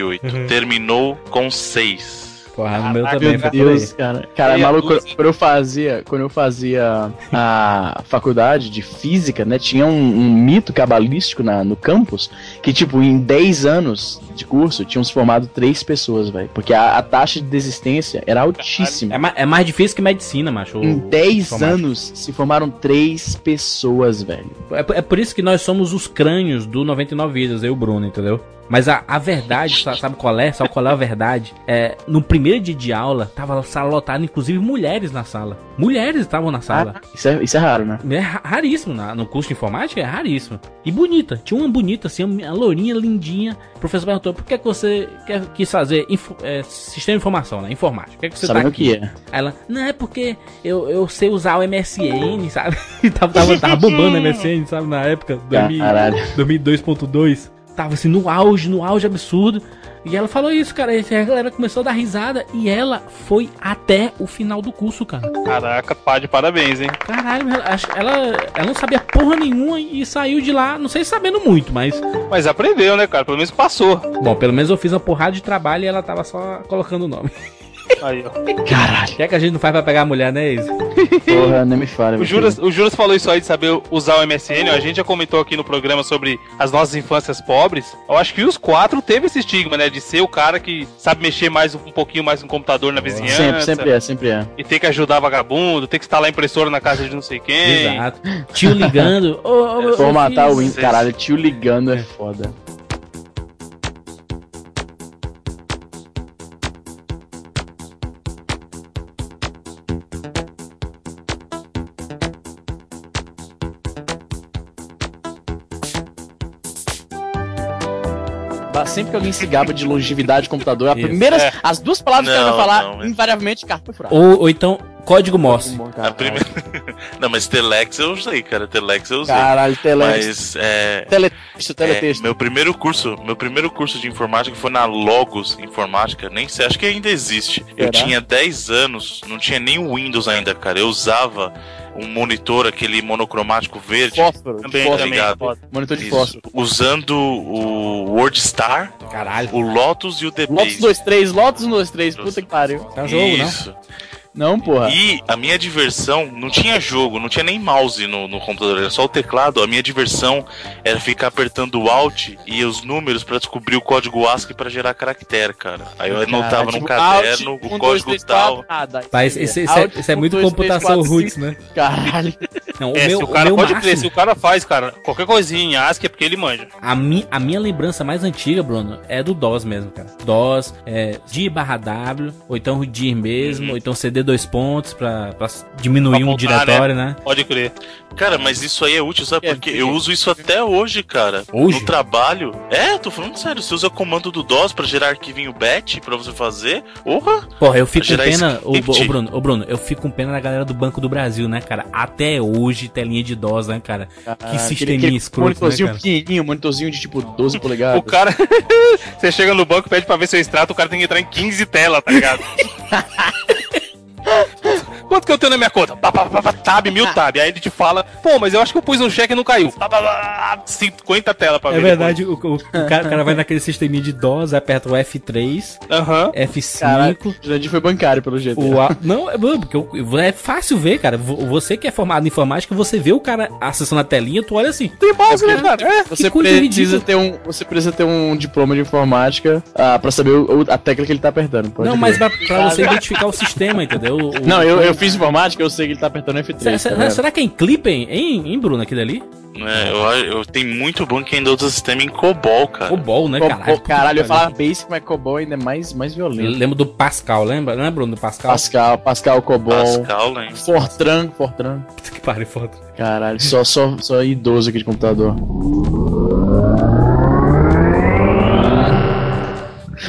Speaker 4: Terminou com 6.
Speaker 1: Porra, o meu
Speaker 3: Caraca,
Speaker 1: também
Speaker 2: Meu
Speaker 1: foi por
Speaker 2: Deus,
Speaker 1: aí.
Speaker 2: cara. Cara,
Speaker 3: Meia
Speaker 2: maluco,
Speaker 3: dúzia.
Speaker 2: quando eu fazia, quando eu fazia a faculdade de física, né, tinha um, um mito cabalístico na, no campus que, tipo, em 10 anos de curso, tinham se formado três pessoas, velho. Porque a, a taxa de desistência era altíssima.
Speaker 1: É, ma- é mais difícil que medicina, macho. o-
Speaker 2: Em 10
Speaker 1: informática.
Speaker 2: anos se formaram três pessoas, velho.
Speaker 1: É, por- é por isso que nós somos os crânios do 99 Vidas, eu e o Bruno, entendeu? Mas a, a verdade, sa- sabe qual é? Sabe qual é a verdade? É, no primeiro dia de aula, tava a sala lotada, inclusive mulheres na sala. Mulheres estavam na sala.
Speaker 2: Isso é, isso é raro, né?
Speaker 1: É ra- raríssimo na- no curso de informática, é raríssimo. E bonita, tinha uma bonita, assim, uma lourinha lindinha. O professor perguntou: por que, que você quer, quis fazer info- é, sistema de informação, né? Informática. Por que, que você
Speaker 2: Sabendo
Speaker 1: tá
Speaker 2: o que
Speaker 1: aqui?
Speaker 2: é.
Speaker 1: Aí ela, não, é porque eu, eu sei usar o MSN, sabe? E tava, tava, tava bombando o MSN, sabe? Na época, 2000,
Speaker 2: Caralho.
Speaker 1: 2002.2. Tava assim, no auge, no auge absurdo. E ela falou isso, cara. E a galera começou a dar risada. E ela foi até o final do curso, cara.
Speaker 3: Caraca, pá de parabéns, hein?
Speaker 1: Caralho, ela, acho- ela, ela não sabia porra nenhuma e saiu de lá, não sei sabendo muito, mas.
Speaker 3: Mas aprendeu, né, cara? Pelo menos passou.
Speaker 1: Bom, pelo menos eu fiz uma porrada de trabalho e ela tava só colocando o nome.
Speaker 3: Aí, ó.
Speaker 2: Caralho.
Speaker 1: O que é que a gente não faz pra pegar a mulher, né, Isa?
Speaker 2: Porra, nem me fala.
Speaker 3: O Juras, o Juras falou isso aí de saber usar o MSN. ó, A gente já comentou aqui no programa sobre as nossas infâncias pobres. Eu acho que os quatro teve esse estigma, né? De ser o cara que sabe mexer mais um pouquinho mais no computador na
Speaker 1: assim,
Speaker 3: vizinhança.
Speaker 2: Sempre, sempre é, sempre é.
Speaker 3: E ter que ajudar vagabundo, ter que instalar impressora na casa de não sei quem.
Speaker 1: Exato. Tio ligando. Ô, ô, meu- meu
Speaker 2: Formatar
Speaker 1: filho.
Speaker 2: o Windows, caralho, tio ligando é foda. Bah, Sempre que alguém se gaba de longevidade de computador, a
Speaker 1: Isso.
Speaker 2: primeira,
Speaker 3: É.
Speaker 2: as duas palavras que ela
Speaker 4: Não,
Speaker 2: vai falar,
Speaker 4: não, é.
Speaker 2: invariavelmente, carta furada.
Speaker 1: Ou, ou então, código Morse.
Speaker 4: A primeira... Não, mas Telex eu usei, cara. Telex eu usei.
Speaker 2: Caralho, teletexto,
Speaker 4: Mas é,
Speaker 2: teletexto,
Speaker 4: é,
Speaker 2: teletexto.
Speaker 4: meu primeiro curso, meu primeiro curso de informática foi na Logos Informática, nem sei, acho que ainda existe. Eu
Speaker 2: Será?
Speaker 4: tinha 10 anos, não tinha nem o Windows ainda, cara. Eu usava um monitor aquele monocromático verde.
Speaker 2: Fósforo,
Speaker 3: Também,
Speaker 2: fósforo,
Speaker 4: também. tá ligado.
Speaker 3: foda.
Speaker 2: monitor de
Speaker 4: Isso.
Speaker 2: fósforo.
Speaker 4: usando o WordStar,
Speaker 1: Caralho.
Speaker 4: o Lotus e o The
Speaker 2: Lotus
Speaker 4: Base.
Speaker 2: 2-3, Lotus 1-2-3, puta que pariu.
Speaker 3: tá
Speaker 1: É um jogo, não?
Speaker 4: Isso.
Speaker 2: Não, porra.
Speaker 4: E a minha diversão não tinha jogo, não tinha nem mouse no, no computador, era só o teclado. A minha diversão era ficar apertando o Alt e os números pra descobrir o código ASCII pra gerar caractere, cara. Aí eu
Speaker 2: é
Speaker 4: anotava
Speaker 2: tipo,
Speaker 4: num caderno
Speaker 2: um,
Speaker 4: o código tal.
Speaker 1: Pai, isso, isso- isso é, isso é muito computação roots, né?
Speaker 2: Caralho.
Speaker 1: Não,
Speaker 3: É,
Speaker 1: o meu,
Speaker 3: se
Speaker 1: o
Speaker 3: o cara
Speaker 1: meu
Speaker 3: pode
Speaker 1: máximo-
Speaker 3: crer, se o cara faz, cara, qualquer coisinha em ASCII é porque ele manja.
Speaker 1: A, mi, a minha lembrança mais antiga, Bruno, é do DOS mesmo, cara. DOS, é, DIR barra W, ou então o DIR mesmo, ou então CD dois pontos pra, pra diminuir
Speaker 3: Pra
Speaker 1: um
Speaker 3: voltar,
Speaker 1: diretório, né?
Speaker 3: Pode crer.
Speaker 4: Cara, mas isso aí é útil, sabe?
Speaker 2: É,
Speaker 4: Porque
Speaker 2: sim.
Speaker 4: eu uso isso até hoje, cara.
Speaker 1: Hoje?
Speaker 4: No trabalho. É, tô falando sério. Você usa comando do DOS pra gerar arquivinho batch pra você fazer. Porra!
Speaker 1: Porra, eu fico com
Speaker 4: Gerar
Speaker 1: pena, ô
Speaker 4: script.
Speaker 1: ô, Bruno, ô Bruno, eu fico com pena da galera do Banco do Brasil, né, cara? Até hoje, telinha de DOS, né, cara? Que sisteminha escroto, né,
Speaker 2: Monitorzinho
Speaker 1: cara?
Speaker 2: pequenininho, monitorzinho de tipo 12
Speaker 1: Ah,
Speaker 3: O
Speaker 2: polegadas.
Speaker 3: cara. Você chega no banco, pede pra ver seu extrato, o cara tem que entrar em 15 telas, tá ligado? Quanto que eu tenho na minha conta? Pá, pá, pá, pá, tab, mil tab. Aí ele te fala, pô, mas eu acho que eu pus um cheque e não caiu. Pá, pá, pá, 50 telas pra
Speaker 1: É
Speaker 3: ver.
Speaker 1: verdade, o, o- o cara, o cara vai naquele sisteminha de DOS, aperta o F3,
Speaker 3: depois. Aham.
Speaker 1: F5,
Speaker 2: Caralho, o Jandir foi bancário, pelo jeito.
Speaker 1: O a- Não, é bom, porque eu- é fácil ver, cara. Vo- Você que é formado em informática, você vê o cara acessando a telinha, tu olha assim.
Speaker 3: Tem mouse, né, cara? É.
Speaker 2: Você
Speaker 1: que coisa
Speaker 2: precisa,
Speaker 1: ridícula.
Speaker 2: ter um, você precisa ter um diploma de informática ah, pra saber o- o- a tecla que ele tá apertando. pode
Speaker 1: não,
Speaker 2: crer.
Speaker 1: mas pra, pra você identificar o sistema, entendeu? O- o-
Speaker 2: Não, eu, eu fiz informática, eu sei que ele tá apertando
Speaker 1: Será,
Speaker 2: F3. tá
Speaker 1: será,
Speaker 2: ligado?
Speaker 1: será que é em Clippen, hein, hein, Bruno, aquilo ali?
Speaker 4: É, eu, eu tenho muito bom que ainda usa sistema em COBOL, cara.
Speaker 1: O Ball, né, Hum.
Speaker 2: Pô,
Speaker 1: caralho?
Speaker 2: pô, caralho, eu falava Basic, mas Cobol ainda é mais, mais
Speaker 1: Eu
Speaker 2: violento.
Speaker 1: lembro do Pascal, lembra? Lembra, Bruno, do Pascal?
Speaker 2: Pascal, Pascal Cobol,
Speaker 4: Pascal, né?
Speaker 2: Fortran, Fortran.
Speaker 1: Puta que pariu, foda.
Speaker 2: Caralho, só, só, só idoso aqui de computador.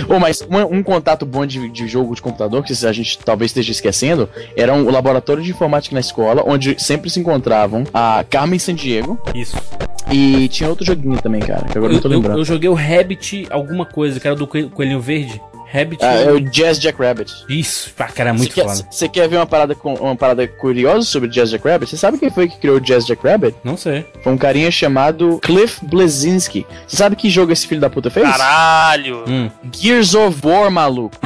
Speaker 2: Oh, mas uma- um, contato bom de, de jogo de computador, que a gente talvez esteja esquecendo, era um laboratório de informática na escola, onde sempre se encontravam a Carmen Sandiego
Speaker 1: Isso.
Speaker 2: e tinha outro joguinho também, cara, que
Speaker 1: Eu,
Speaker 2: agora eu não tô
Speaker 1: eu-
Speaker 2: lembrando.
Speaker 1: eu joguei o Rabbit alguma coisa, que era do coelho- coelhinho verde. Rabbit.
Speaker 2: Ah, é o Jazz Jack Rabbit.
Speaker 1: Isso, pá, cara, é um- muito
Speaker 2: Você quer-
Speaker 1: foda.
Speaker 2: Você quer ver uma parada, com, uma parada curiosa sobre Jazz Jack Rabbit? Você sabe quem foi que criou o Jazz Jack Rabbit?
Speaker 1: Não sei.
Speaker 2: Foi um carinha chamado Cliff Blazinski. Você sabe que jogo esse filho da puta fez?
Speaker 3: Caralho.
Speaker 1: Hum.
Speaker 2: Gears of War, maluco.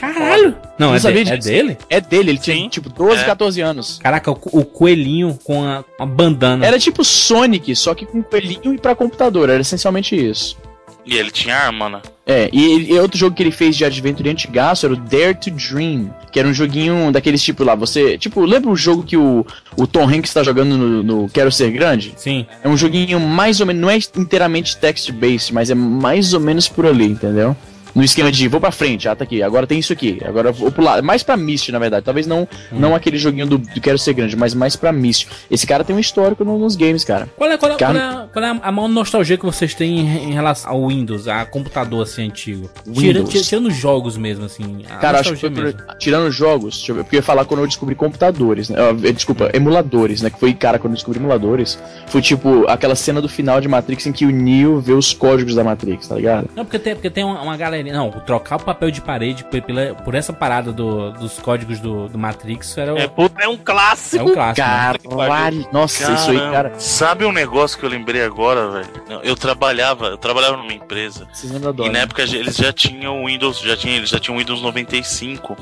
Speaker 1: Caralho! Não,
Speaker 2: Não
Speaker 1: é,
Speaker 2: sabia
Speaker 1: de- é
Speaker 2: disso.
Speaker 1: dele?
Speaker 2: É dele, ele tinha
Speaker 3: Sim.
Speaker 2: tipo 12,
Speaker 4: É.
Speaker 2: 14 anos.
Speaker 1: Caraca, o, co- o coelhinho com a, a bandana.
Speaker 2: Era tipo Sonic, só que com pelinho e pra computador. Era essencialmente isso.
Speaker 4: E ele tinha arma, né?
Speaker 2: É, e, ele- e outro jogo que ele fez de adventure antigaço era o Dare to Dream, que era um joguinho daqueles tipo lá, você. Tipo, lembra o jogo que o, o Tom Hanks tá jogando no- no Quero Ser Grande?
Speaker 1: Sim.
Speaker 2: É um joguinho mais ou menos. Não é inteiramente text-based, mas é mais ou menos por ali, entendeu? No esquema de vou pra frente, ah, tá aqui, agora tem isso aqui, agora eu vou pular. Mais pra Myst, na verdade. Talvez não, não aquele joguinho do, do Quero Ser Grande, mas mais pra Myst. Esse cara tem um histórico no- nos games, cara.
Speaker 1: Qual é, qual, é, qual,
Speaker 2: Carne-
Speaker 1: é, qual é a maior nostalgia que vocês têm em, em relação ao Windows, a computador assim antigo? Tira,
Speaker 2: Windows.
Speaker 1: tira, tirando jogos mesmo, assim. A
Speaker 2: Cara, acho que
Speaker 1: nostalgia
Speaker 2: foi por- tirando jogos, deixa eu ver, porque eu ia falar quando eu descobri computadores, né? Ah, eh, Desculpa, emuladores, né? Que foi, cara, quando eu descobri emuladores, foi tipo aquela cena do final de Matrix em que o Neo vê os códigos da Matrix, tá ligado?
Speaker 1: Não, porque tem, porque tem uma, uma diferente. Não, trocar o papel de parede por, pela- por essa parada do- dos códigos do, do Matrix era o-
Speaker 3: É,
Speaker 1: é,
Speaker 3: puta, é um clássico.
Speaker 1: um clássico. né?
Speaker 2: Caralho, nossa, É isso aí,
Speaker 4: Caramba.
Speaker 2: cara.
Speaker 4: Sabe um negócio que eu lembrei agora, velho? Não, Eu trabalhava, eu trabalhava numa empresa.
Speaker 2: Vocês lembram da né?
Speaker 4: E na época já- eles já tinham o Windows, já tinha, eles já tinham o Windows 95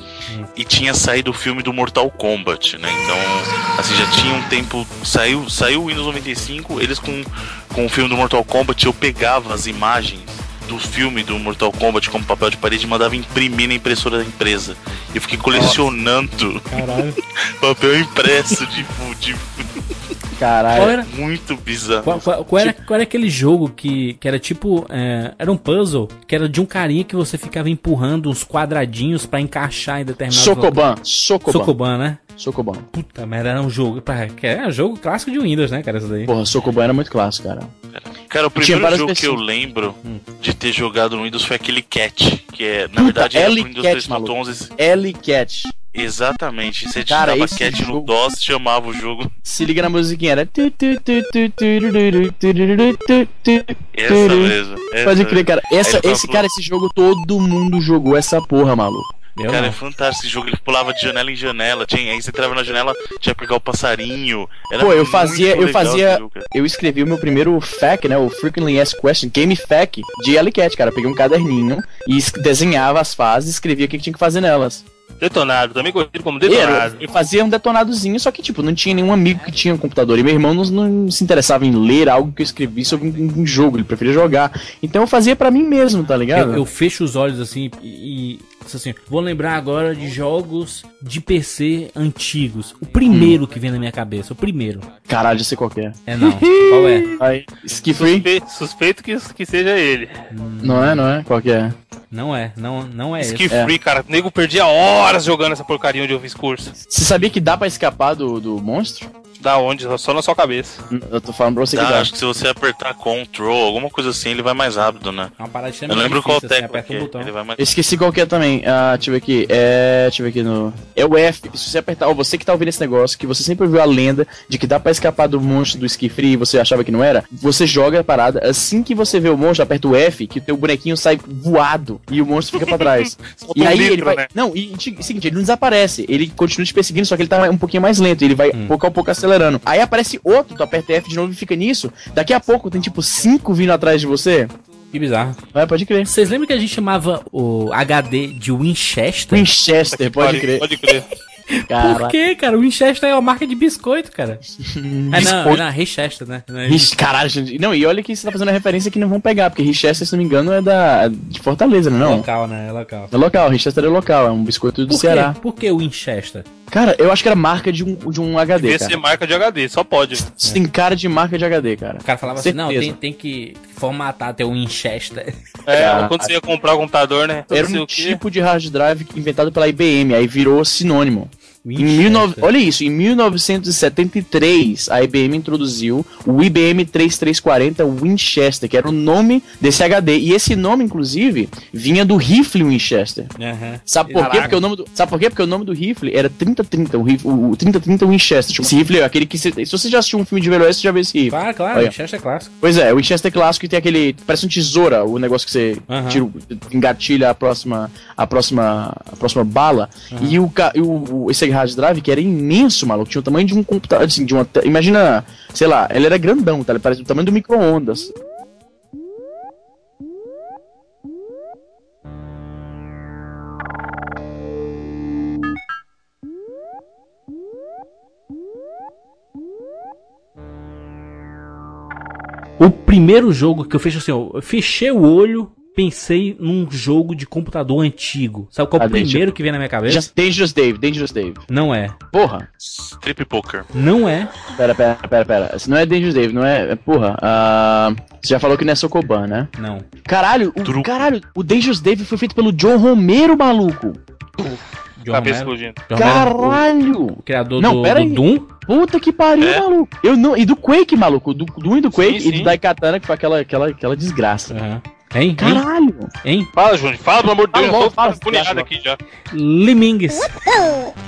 Speaker 4: e tinha saído o filme do Mortal Kombat, né? Então, assim, já tinha um tempo, saiu, saiu o Windows 95, eles com, com o filme do Mortal Kombat, eu pegava as imagens do filme do Mortal Kombat como papel de parede e mandava imprimir na impressora da empresa. E eu fiquei colecionando
Speaker 1: Caralho.
Speaker 4: papel impresso, tipo, de
Speaker 2: Caralho.
Speaker 1: Qual era,
Speaker 4: muito bizarro.
Speaker 1: qual, qual- qual era, qual era aquele jogo que, que era tipo. é, era um puzzle que era de um carinha que você ficava empurrando uns quadradinhos pra encaixar em determinado.
Speaker 2: Socoban, Socoban,
Speaker 1: Socoban, né?
Speaker 2: Socoban.
Speaker 1: Puta merda, era um jogo. Pra, que era um jogo clássico de Windows, né, cara? Isso daí.
Speaker 2: Porra, Socoban era muito clássico, cara.
Speaker 4: Cara, o
Speaker 2: Tinha
Speaker 4: primeiro
Speaker 2: várias Hum.
Speaker 4: jogo que eu
Speaker 2: versões.
Speaker 4: lembro de ter jogado no Windows foi aquele Cat, que é, na verdade, era
Speaker 2: L
Speaker 4: pro Windows
Speaker 2: Cat,
Speaker 4: 3.11.
Speaker 2: L Cat.
Speaker 4: Exatamente. Você
Speaker 2: Cara,
Speaker 4: digitava
Speaker 2: esse
Speaker 4: Cat no
Speaker 2: jogo-
Speaker 4: DOS, chamava o jogo.
Speaker 2: Se liga na musiquinha, era. tu, tu, tu, tu, tururu, tururu, tu, tu.
Speaker 4: Essa
Speaker 2: Tudo.
Speaker 4: mesmo. essa
Speaker 2: Pode crer,
Speaker 4: mesmo.
Speaker 2: cara. Essa,
Speaker 4: é Ele
Speaker 2: esse
Speaker 4: falou-
Speaker 2: cara, esse jogo todo mundo jogou essa porra, maluco.
Speaker 1: Eu
Speaker 4: Cara, é
Speaker 1: não.
Speaker 4: fantástico esse jogo. Ele pulava de janela em janela. Tinha, aí você entrava na janela, tinha que pegar o passarinho. Era
Speaker 2: Pô, eu
Speaker 4: muito
Speaker 2: fazia- eu
Speaker 4: legal
Speaker 2: fazia-
Speaker 4: esse jogo, cara.
Speaker 2: Eu escrevi o meu primeiro FAQ, né? O Frequently Asked Question, Game FAQ, de Alicat, cara. Eu peguei um caderninho e es- desenhava as fases, escrevia o que que tinha que fazer nelas.
Speaker 3: Detonado, também conhecido como
Speaker 2: E era-
Speaker 3: detonado.
Speaker 2: eu fazia um detonadozinho, só que, tipo, não tinha nenhum amigo que tinha um computador. E meu irmão não, não se interessava em ler algo que eu escrevi sobre um, um jogo, ele preferia jogar. Então eu fazia pra mim mesmo, tá
Speaker 4: é
Speaker 2: ligado?
Speaker 1: Eu, eu fecho os olhos assim e. e assim, vou lembrar agora de jogos de PC antigos. O
Speaker 4: Hum.
Speaker 1: primeiro que vem na minha cabeça, o primeiro.
Speaker 2: Caralho, eu sei qual que é.
Speaker 1: É não. Qual é?
Speaker 2: Aí, Ski Free?
Speaker 3: Suspe- Suspeito que, que seja ele.
Speaker 2: Não é, não é? Qual que é?
Speaker 1: Não é, não, não é esse.
Speaker 3: Ski Free, cara. O nego perdia horas jogando essa porcaria onde eu fiz curso.
Speaker 2: Você sabia que dá pra escapar do, do monstro?
Speaker 3: Da onde? Só na sua cabeça.
Speaker 2: Eu tô falando pra você que
Speaker 4: Tá,
Speaker 2: dá.
Speaker 4: acho que se você apertar Ctrl, alguma coisa assim, ele vai mais rápido, né?
Speaker 1: É uma parada
Speaker 4: Eu
Speaker 1: extremamente
Speaker 4: lembro qual
Speaker 1: difícil, assim,
Speaker 4: técnica
Speaker 1: aperta
Speaker 4: que
Speaker 1: um
Speaker 4: é.
Speaker 1: botão.
Speaker 4: Ele vai mais
Speaker 2: Eu esqueci qual que é também. Ah, deixa eu ver aqui. É. Deixa eu ver aqui no. É o F. Se você apertar. Ó, você que tá ouvindo esse negócio, que você sempre ouviu a lenda de que dá pra escapar do monstro do Ski Free e você achava que não era, você joga a parada. Assim que você vê o monstro, aperta o F, que o teu bonequinho sai voado e o monstro fica pra trás.
Speaker 3: Solta
Speaker 2: e
Speaker 3: um
Speaker 2: aí ele
Speaker 3: litro,
Speaker 2: vai.
Speaker 3: né?
Speaker 2: Não, e ti- seguinte, ele não desaparece. Ele continua te perseguindo, só que ele tá um pouquinho mais lento. Ele vai pouco a pouco acelerando. Aí aparece outro, tu aperta F de novo e fica nisso. Daqui a pouco tem tipo cinco vindo atrás de você.
Speaker 1: Que bizarro.
Speaker 2: Vai, pode crer.
Speaker 1: Vocês lembram que a gente chamava o HD de Winchester?
Speaker 2: Winchester, pode
Speaker 3: Pare-
Speaker 2: crer.
Speaker 3: Pode crer.
Speaker 1: Por
Speaker 2: Caralho.
Speaker 1: quê, cara? O Winchester é uma marca de biscoito, cara. É, não, é, não, Richester, né? Não é-
Speaker 2: Ixi, caralho, gente. Não, e olha que você tá fazendo a referência que não vão pegar, porque Richester, se não me engano, é da de Fortaleza, né? Não.
Speaker 1: Local, né? É local.
Speaker 2: É local, Richester é local, é um biscoito do
Speaker 1: Por quê?
Speaker 2: Ceará.
Speaker 1: Por que o Winchester?
Speaker 2: Cara, eu acho que era marca de um, de um HD,
Speaker 3: Devia ser É.
Speaker 2: cara.
Speaker 3: marca de HD, só pode.
Speaker 2: Isso tem cara de marca de HD, cara.
Speaker 1: O cara falava assim, não,
Speaker 2: Certeza.
Speaker 1: tem, tem que formatar teu Winchester.
Speaker 3: É,
Speaker 1: Ah.
Speaker 2: Cara,
Speaker 3: quando você ia comprar o computador, né?
Speaker 2: Era
Speaker 3: Não sei
Speaker 2: um
Speaker 3: o quê.
Speaker 2: tipo de hard drive inventado pela IBM, aí virou sinônimo. Em
Speaker 1: Winchester.
Speaker 2: 19 Olha isso, em 1973 a IBM introduziu o IBM 3340 Winchester, que era o nome desse HD. E esse nome, inclusive, vinha do rifle Winchester.
Speaker 1: Aham.
Speaker 2: Sabe por quê?
Speaker 3: Caraca.
Speaker 2: Porque o nome do, sabe por quê? Porque o nome do rifle era 3030, o, rifle, o 3030 Winchester. Tipo, esse rifle é aquele que se, se você já assistiu um filme de velho oeste, você já viu esse rifle.
Speaker 1: Claro, claro,
Speaker 2: Olha.
Speaker 1: Winchester é clássico.
Speaker 2: Pois é, o Winchester clássico que tem aquele, parece um tesoura, o negócio que você
Speaker 1: Aham.
Speaker 2: tira, o- engatilha a próxima a próxima a próxima bala. E o, ca- e o, o esse hard drive que era imenso, maluco, tinha o tamanho de um computador, assim, de uma, te- imagina, sei lá, ele era grandão, tá? Ele parece o tamanho do micro-ondas.
Speaker 1: O primeiro jogo que eu fecho assim, ó, eu fechei o olho, pensei num jogo de computador antigo. Sabe qual é o
Speaker 2: Ah, deixa-
Speaker 1: primeiro que vem na minha cabeça?
Speaker 2: Just Dangerous Dave, Dangerous Dave.
Speaker 1: Não é.
Speaker 2: Porra.
Speaker 4: Trip Poker.
Speaker 1: Não é.
Speaker 2: Pera, pera, pera, pera. Isso não é Dangerous Dave, não é, é porra. ah, você já falou que não é Sokoban, né?
Speaker 1: Não.
Speaker 2: Caralho, o,
Speaker 4: Truco.
Speaker 2: caralho, o Dangerous Dave foi feito pelo John Romero, maluco.
Speaker 1: John
Speaker 3: Cabeça
Speaker 1: Romero,
Speaker 3: explodindo.
Speaker 1: John Romero,
Speaker 2: Caralho.
Speaker 1: o criador
Speaker 2: Não,
Speaker 1: do,
Speaker 2: pera
Speaker 1: do
Speaker 2: aí.
Speaker 1: Doom.
Speaker 2: Puta que pariu,
Speaker 4: É?
Speaker 2: maluco. Eu não, e do Quake, maluco. Do, do um e do Quake
Speaker 3: Sim,
Speaker 2: e
Speaker 3: sim.
Speaker 2: do Daikatana, que foi aquela, aquela, aquela desgraça.
Speaker 1: Aham. Hein?
Speaker 2: Caralho!
Speaker 1: Hein?
Speaker 3: Fala, Júnior. Fala, pelo amor de
Speaker 2: Fala
Speaker 3: Deus.
Speaker 2: logo,
Speaker 3: Eu
Speaker 2: fala,
Speaker 3: tô punhado
Speaker 2: fala.
Speaker 3: aqui já.
Speaker 1: Limingues.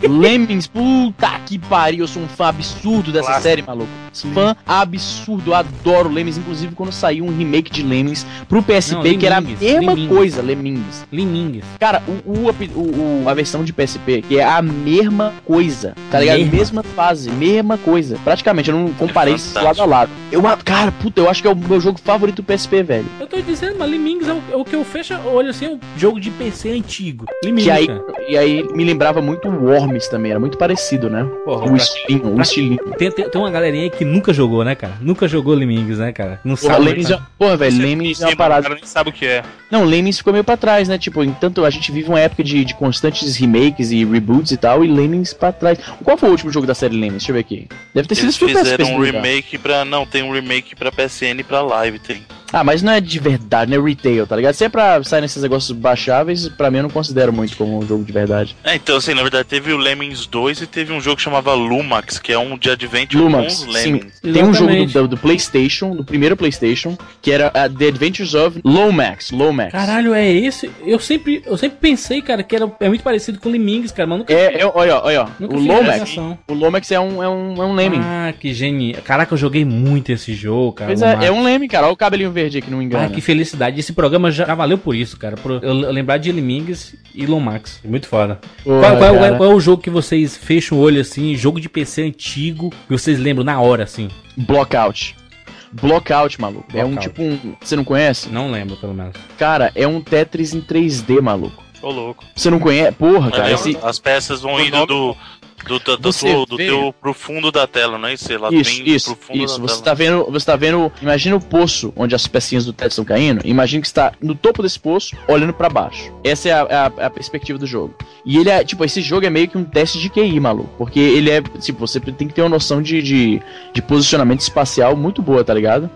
Speaker 2: Lemmings, puta que pariu, eu sou um fã absurdo dessa
Speaker 3: Clássico.
Speaker 2: série, maluco. Fã absurdo, adoro Lemmings, inclusive quando saiu um remake de Lemmings pro PSP,
Speaker 1: Não,
Speaker 2: que era a
Speaker 1: Lemmings,
Speaker 2: mesma
Speaker 1: Lemmings.
Speaker 2: coisa, Lemmings.
Speaker 1: Limingues.
Speaker 2: Cara, o, o api- o- o- a versão de PSP, que é a mesma coisa, tá ligado?
Speaker 1: Mesma.
Speaker 2: Mesma fase, mesma coisa. Praticamente, eu não comparei esses lado
Speaker 4: fantástico.
Speaker 2: a lado. Eu, a- cara, puta, eu acho que é o meu jogo favorito do PSP, velho.
Speaker 1: Eu tô dizendo, mas Limingues é o, é o que eu fecho, olha assim, é um jogo de PC antigo. Limingues.
Speaker 2: Que aí,
Speaker 1: cara.
Speaker 2: e aí me lembrava muito o Worms também, era muito parecido, né?
Speaker 1: Porra,
Speaker 2: O estilinho, o estilinho.
Speaker 1: tem, tem, tem uma galerinha aí que nunca jogou, né, cara? Nunca jogou Limingues, né, cara? Não
Speaker 2: Porra,
Speaker 1: sabe.
Speaker 2: Lemmings, é- porra, velho, Lemmings é uma
Speaker 3: O
Speaker 2: parada.
Speaker 3: cara nem sabe o que é.
Speaker 2: Não, Lemmings ficou meio pra trás, né? Tipo, entanto a gente vive uma época de, de constantes remakes e reboots e tal, e Lemmings pra trás. Qual foi o último jogo da série Lemmings? Deixa eu ver aqui. Deve ter sido
Speaker 4: Eles
Speaker 2: esse pro PSP,
Speaker 4: fizeram
Speaker 2: se
Speaker 4: um
Speaker 2: não me engano.
Speaker 4: remake pra. Não, tem um remake pra PSN e pra live, tem.
Speaker 2: Ah, mas não é de verdade, não é retail, tá ligado? Se é pra sair nesses negócios baixáveis, pra mim eu não considero muito como um jogo de verdade.
Speaker 4: É, então, assim, na verdade, teve o Lemmings 2 e teve um jogo que chamava Lumax, que é um de Adventure
Speaker 2: Lumax,
Speaker 4: com os
Speaker 2: sim.
Speaker 4: Lemmings.
Speaker 2: Tem um jogo do,
Speaker 1: Exatamente.
Speaker 2: do, do PlayStation, do primeiro PlayStation, que era ah, The Adventures of Lomax. Lomax.
Speaker 1: Caralho, é esse? Eu sempre, eu sempre pensei, cara, que era, é muito parecido com Limingues, cara, mas nunca,
Speaker 2: É, é, olha, olha, ó.
Speaker 1: nunca
Speaker 2: o
Speaker 1: fiz
Speaker 2: Lomax.
Speaker 1: ligação.
Speaker 2: O Lomax é um, é um, é um Lemming.
Speaker 1: Ah, que genial. Caraca, eu joguei muito esse jogo, cara.
Speaker 2: Pois
Speaker 1: Lumax.
Speaker 2: é, é um né? Lemming, cara. Olha o cabelinho verde aqui, não me engano.
Speaker 1: Ah, que felicidade. Esse programa já já valeu por isso, cara. Por eu eu lembrar de Limingues e Lomax. Muito foda. Qual, qual- qual- qual é o jogo que vocês fecham o olho assim, jogo de PC antigo, que vocês lembram na hora, assim?
Speaker 2: Blockout. Blockout, maluco. É um
Speaker 1: Blockout.
Speaker 2: tipo um. Você não conhece?
Speaker 1: Não lembro, pelo menos.
Speaker 2: Cara, é um Tetris em 3D, maluco.
Speaker 3: Ô, louco.
Speaker 2: Você não conhece? Porra, Ah, cara.
Speaker 4: É,
Speaker 2: esse-
Speaker 4: As peças vão
Speaker 3: O
Speaker 4: indo
Speaker 3: nome-
Speaker 4: do. Do, do, do,
Speaker 2: Você
Speaker 4: do- do
Speaker 2: vê-
Speaker 4: teu pro fundo da tela, não é isso? Sei lá,
Speaker 2: Isso,
Speaker 4: bem
Speaker 2: isso,
Speaker 4: pro fundo
Speaker 2: isso.
Speaker 4: da
Speaker 2: Você
Speaker 4: tela.
Speaker 2: tá vendo, você tá vendo, imagina o poço onde as pecinhas do Tetris estão caindo, imagina que está no topo desse poço, olhando pra baixo. Essa é a, a- a perspectiva do jogo. E ele é, tipo, esse jogo é meio que um teste de QI, maluco, porque ele é, tipo, você tem que ter uma noção de, de, de posicionamento espacial muito boa, tá ligado?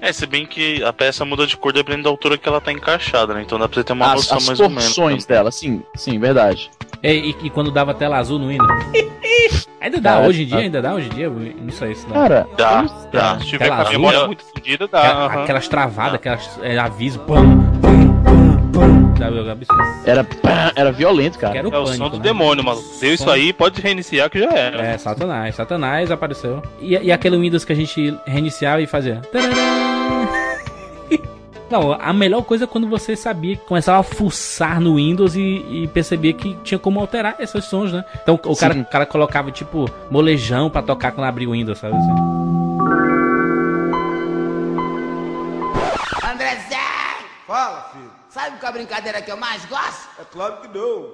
Speaker 4: É, se bem que a peça muda de cor dependendo da altura que ela tá encaixada, né? Então dá pra você ter uma
Speaker 2: As,
Speaker 4: noção
Speaker 2: as
Speaker 4: mais ou menos.
Speaker 2: porções dela, sim, sim, verdade.
Speaker 1: É, E, e quando dava tela azul no Windows. ainda dá,
Speaker 2: Cara,
Speaker 1: hoje em dia,
Speaker 2: tá-
Speaker 1: ainda dá, hoje em dia. Não sei se
Speaker 3: Ah,
Speaker 1: dá.
Speaker 2: Cara,
Speaker 4: Dá,
Speaker 2: eu não-
Speaker 4: dá.
Speaker 3: Se tiver
Speaker 1: Tela
Speaker 3: com a
Speaker 1: azul,
Speaker 3: memória
Speaker 4: né?
Speaker 3: muito fodida, dá.
Speaker 1: Aquela-
Speaker 3: aham.
Speaker 1: Aquelas travadas, aquelas é, aviso. Pam, pam, pam, pam. Sabe, eu é um absurdo.
Speaker 2: Era, pá, era violento, cara.
Speaker 1: Era o
Speaker 3: É o
Speaker 1: pânico,
Speaker 3: som do
Speaker 1: né?
Speaker 3: demônio, mano. Deu isso
Speaker 1: Som-
Speaker 3: aí, pode reiniciar que já era.
Speaker 1: É, Satanás, Satanás apareceu. E, e aquele Windows que a gente reiniciava e fazia. Tararam. Não, a melhor coisa é quando você sabia que começava a fuçar no Windows e, e percebia que tinha como alterar esses sons, né? Então o cara,
Speaker 2: Sim.
Speaker 1: o cara colocava tipo molejão pra tocar quando abria o Windows, sabe assim?
Speaker 5: Andrezão! Fala, filho. Sabe qual é a brincadeira que eu mais gosto? É claro que não.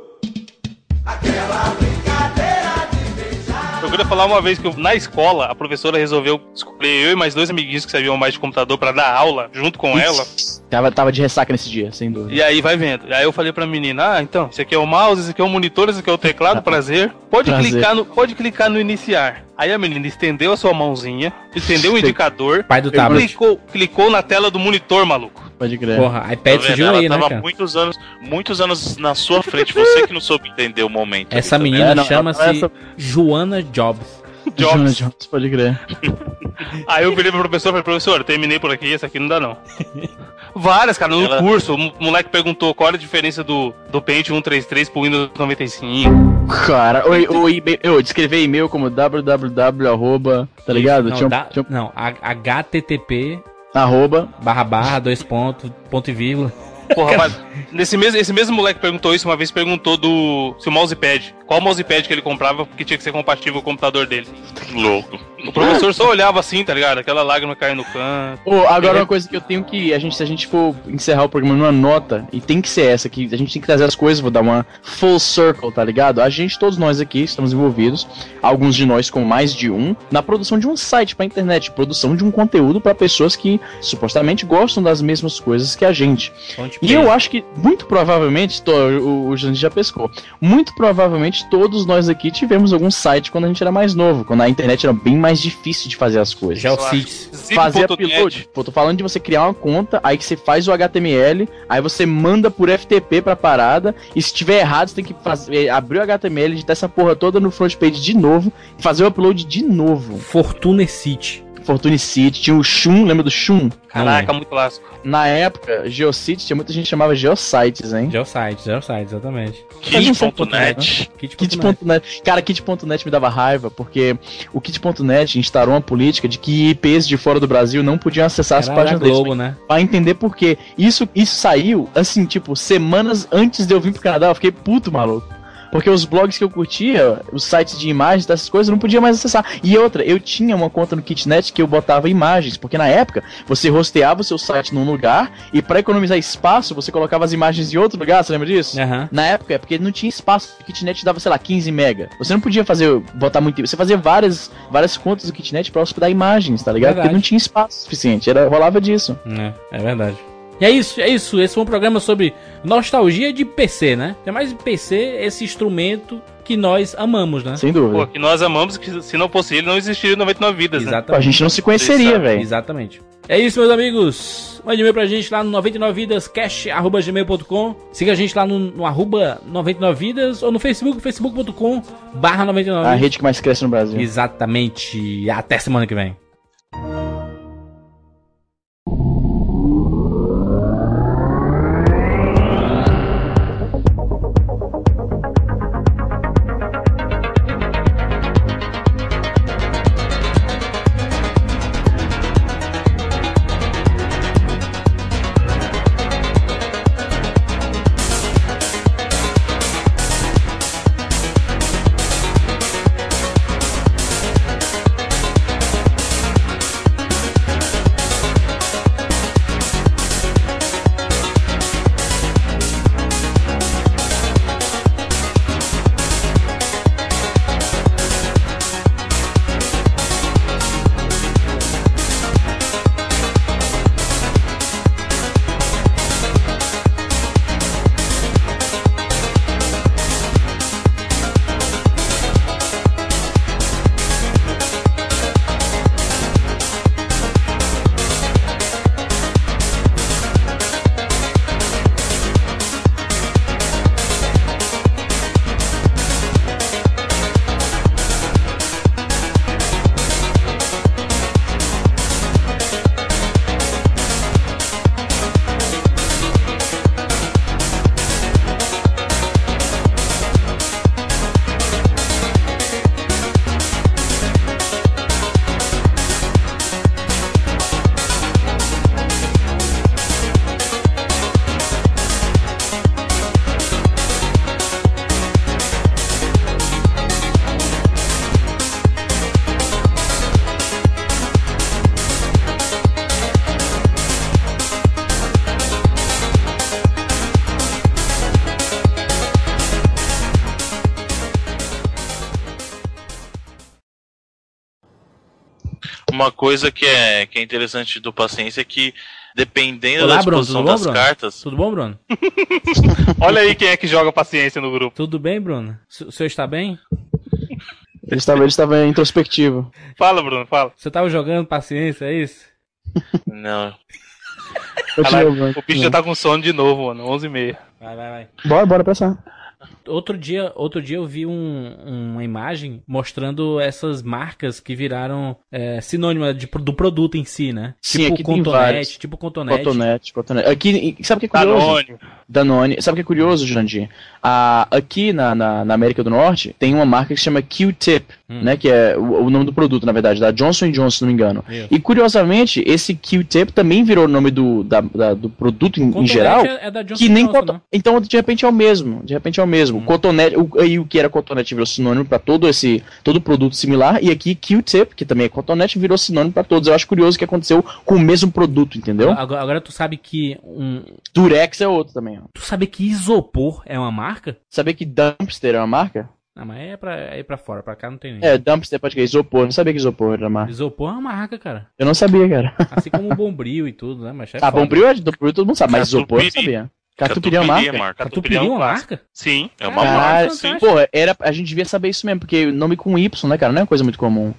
Speaker 3: Eu queria falar uma vez que eu- na escola a professora resolveu escolher eu e mais dois amiguinhos que sabiam mais de computador pra dar aula junto com ela.
Speaker 2: Tava, tava de ressaca nesse dia, sem dúvida.
Speaker 3: E aí vai vendo. E aí eu falei pra menina: "Ah, então, esse aqui é o mouse, esse aqui é o monitor, esse aqui é o teclado, prazer. Pode
Speaker 2: Prazer.
Speaker 3: clicar no pode clicar no iniciar". Aí a menina estendeu a sua mãozinha, estendeu o indicador,
Speaker 1: Pai do tablet.
Speaker 3: clicou, clicou na tela do monitor, maluco.
Speaker 2: Pode crer.
Speaker 1: Porra,
Speaker 4: Tá
Speaker 1: iPad
Speaker 4: vendo?
Speaker 1: surgiu
Speaker 4: ela
Speaker 1: aí, né,
Speaker 4: tava
Speaker 1: cara?
Speaker 4: muitos anos, muitos anos na sua frente, você que não soube entender o momento.
Speaker 1: Essa
Speaker 4: ali, tá
Speaker 1: menina
Speaker 2: É, não,
Speaker 1: chama-se
Speaker 2: essa-
Speaker 1: Joana Jobs.
Speaker 2: Jonas
Speaker 3: Jobs.
Speaker 2: Jones, pode crer.
Speaker 3: Aí eu virei pro professor e falei, professor, eu terminei por aqui, essa aqui não dá não. Várias, cara, no
Speaker 4: Ela-
Speaker 3: curso, o mo- moleque perguntou qual era a diferença do, do Paint 133 pro Windows 95.
Speaker 2: Cara, oi, oi, e-mail- eu descrevi e-mail como www, arroba, tá ligado?
Speaker 1: Não,
Speaker 2: Tinha um-
Speaker 1: dá-
Speaker 2: tinha
Speaker 1: não a- http
Speaker 2: um- arroba.
Speaker 1: barra barra dois pontos ponto e vírgula
Speaker 3: Porra, mas nesse mesmo, esse mesmo moleque perguntou isso uma vez, perguntou do se o mousepad, qual mousepad que ele comprava porque tinha que ser compatível com o computador dele.
Speaker 4: Louco.
Speaker 3: O professor só olhava assim, tá ligado? Aquela lágrima caindo no canto.
Speaker 2: Ô, agora uma coisa que eu tenho que. A gente, se a gente for encerrar o programa numa nota, e tem que ser essa, que a gente tem que trazer as coisas, vou dar uma full circle, tá ligado? A gente, todos nós aqui, estamos envolvidos, alguns de nós com mais de um, na produção de um site pra internet, produção de um conteúdo pra pessoas que supostamente gostam das mesmas coisas que a gente.
Speaker 1: Ponte
Speaker 2: E eu acho que, muito provavelmente, tô- o, o Jandir já pescou, muito provavelmente todos nós aqui tivemos algum site quando a gente era mais novo, quando a internet era bem mais difícil de fazer as coisas.
Speaker 1: é Geocities.
Speaker 2: Fazer
Speaker 3: Zip.net.
Speaker 2: upload, pô, tô falando de você criar uma conta, aí que você faz o HTML, aí você manda por FTP pra parada, e se tiver errado, você tem que fazer, abrir o HTML, editar essa porra toda no front page de novo, e fazer o upload de novo.
Speaker 1: Fortuna City.
Speaker 2: Fortune City, tinha o Shun, lembra do Shun?
Speaker 3: Caraca, muito clássico.
Speaker 2: Na época, GeoCity, tinha muita gente que chamava GeoSites, hein?
Speaker 1: Geosite, Geosite, exatamente. tipo
Speaker 2: Mas não né? foi
Speaker 4: Kit.net.
Speaker 1: Kit.net.
Speaker 2: Kit.net. Cara, Kit.net me dava raiva, porque o Kit.net instaurou uma política de que IPs de fora do Brasil não podiam acessar as
Speaker 1: Era da
Speaker 2: páginas deles.
Speaker 1: Globo, né?
Speaker 2: Pra entender por quê. Isso, isso saiu, assim, tipo, semanas antes de eu vir pro Canadá, eu fiquei puto, maluco. Porque os blogs que eu curtia, os sites de imagens, dessas coisas, eu não podia mais acessar. E outra, eu tinha uma conta no Kitnet que eu botava imagens, porque na época você rosteava o seu site num lugar e pra economizar espaço você colocava as imagens em outro lugar, você lembra disso?
Speaker 1: Aham.
Speaker 2: Na época é porque não tinha espaço. O kitnet dava, sei lá, 15 mega. Você não podia fazer, botar muito. Você fazia várias, várias contas do kitnet pra hospedar imagens, tá ligado?
Speaker 1: Verdade.
Speaker 2: Porque não tinha espaço suficiente. Era, rolava disso.
Speaker 1: É, é verdade. E é isso, é isso. Esse foi um programa sobre nostalgia de PC, né? É mais PC, esse instrumento que nós amamos, né?
Speaker 2: Sem dúvida.
Speaker 3: Pô, que nós amamos que se não fosse ele, não existiria 99 vidas, né?
Speaker 2: Pô, a gente não se conheceria,
Speaker 3: Exato.
Speaker 2: velho.
Speaker 1: Exatamente. É isso, meus amigos. Mande e-mail pra gente lá no 99vidascast.gmail.com Siga a gente lá no, no arroba 99vidas ou no Facebook, facebook.com barra
Speaker 2: A
Speaker 1: 99vidas.
Speaker 2: rede que mais cresce no Brasil.
Speaker 1: Exatamente. Até semana que vem.
Speaker 4: Uma coisa que é, que é interessante do paciência é que, dependendo
Speaker 1: Olá,
Speaker 4: da
Speaker 1: Bruno,
Speaker 4: disposição
Speaker 1: tudo bom,
Speaker 4: das
Speaker 1: Bruno?
Speaker 4: cartas,
Speaker 1: Tudo bom, Bruno?
Speaker 3: Olha aí quem é que joga paciência no grupo.
Speaker 1: Tudo bem, Bruno? O senhor está bem?
Speaker 2: Ele estava, ele estava introspectivo.
Speaker 3: Fala, Bruno, fala.
Speaker 1: Você estava jogando paciência, é isso?
Speaker 4: não,
Speaker 2: Continua,
Speaker 3: Caralho,
Speaker 2: Bruno.
Speaker 3: o bicho já tá com sono de novo, mano. 11 e meia.
Speaker 1: Vai, vai, vai.
Speaker 2: Bora, bora pensar.
Speaker 1: Outro dia, outro dia eu vi um- uma imagem mostrando essas marcas que viraram é, sinônimo de- do produto em si, né?
Speaker 2: Sim,
Speaker 1: tipo
Speaker 2: aqui tem várias.
Speaker 1: Contonete, tipo Contonete.
Speaker 2: Cotonete, cotonete. Aqui, e sabe o que é
Speaker 3: Tá
Speaker 2: curioso?
Speaker 3: Danone.
Speaker 2: Danone. Sabe o que é curioso, Jurandir? Ah, aqui na, na, na América do Norte tem uma marca que se chama Q-Tip,
Speaker 1: Hum.
Speaker 2: né? Que é o, o nome do produto, na verdade, da Johnson Johnson, se não me engano.
Speaker 1: Isso.
Speaker 2: E curiosamente, esse Q-Tip também virou o nome do, da- da- do produto em, em
Speaker 1: Contonete
Speaker 2: geral.
Speaker 1: é, é da Johnson
Speaker 2: Que nem
Speaker 1: Johnson,
Speaker 2: coton-
Speaker 1: né?
Speaker 2: Então, de repente é o mesmo. De repente é o mesmo.
Speaker 4: Uhum.
Speaker 2: Cotonete, o, aí o que era cotonete virou sinônimo para todo esse todo produto similar. E aqui Q-Tip, que também é cotonete, virou sinônimo para todos. Eu acho curioso que aconteceu com o mesmo produto, entendeu?
Speaker 1: Agora, agora tu sabe que um,
Speaker 2: Durex é outro também. Ó.
Speaker 1: tu sabe que isopor é uma marca?
Speaker 2: Sabia que Dumpster é uma marca?
Speaker 1: Não, mas é pra, é pra fora, pra cá não tem nem.
Speaker 2: É, dumpster pode crer, isopor. Não sabia que isopor era marca.
Speaker 1: Isopor é uma marca, cara.
Speaker 2: Eu não sabia, cara.
Speaker 1: Assim como o bombril e tudo, né? Mas é
Speaker 2: ah,
Speaker 1: foda.
Speaker 2: bombril é do bombril, todo mundo sabe, mas isopor eu não
Speaker 4: Catupiry.
Speaker 2: sabia.
Speaker 3: Tá
Speaker 2: Catupiry é uma
Speaker 4: Catupiry é
Speaker 2: marca?
Speaker 4: marca.
Speaker 1: Catupiry é
Speaker 2: um
Speaker 1: uma
Speaker 3: clássico.
Speaker 1: marca?
Speaker 3: Sim.
Speaker 4: É uma
Speaker 1: Caralho.
Speaker 4: marca.
Speaker 2: Cara,
Speaker 1: fantástico.
Speaker 2: porra, era, a gente devia saber isso mesmo, porque nome com Y, né, cara, não é uma coisa muito comum.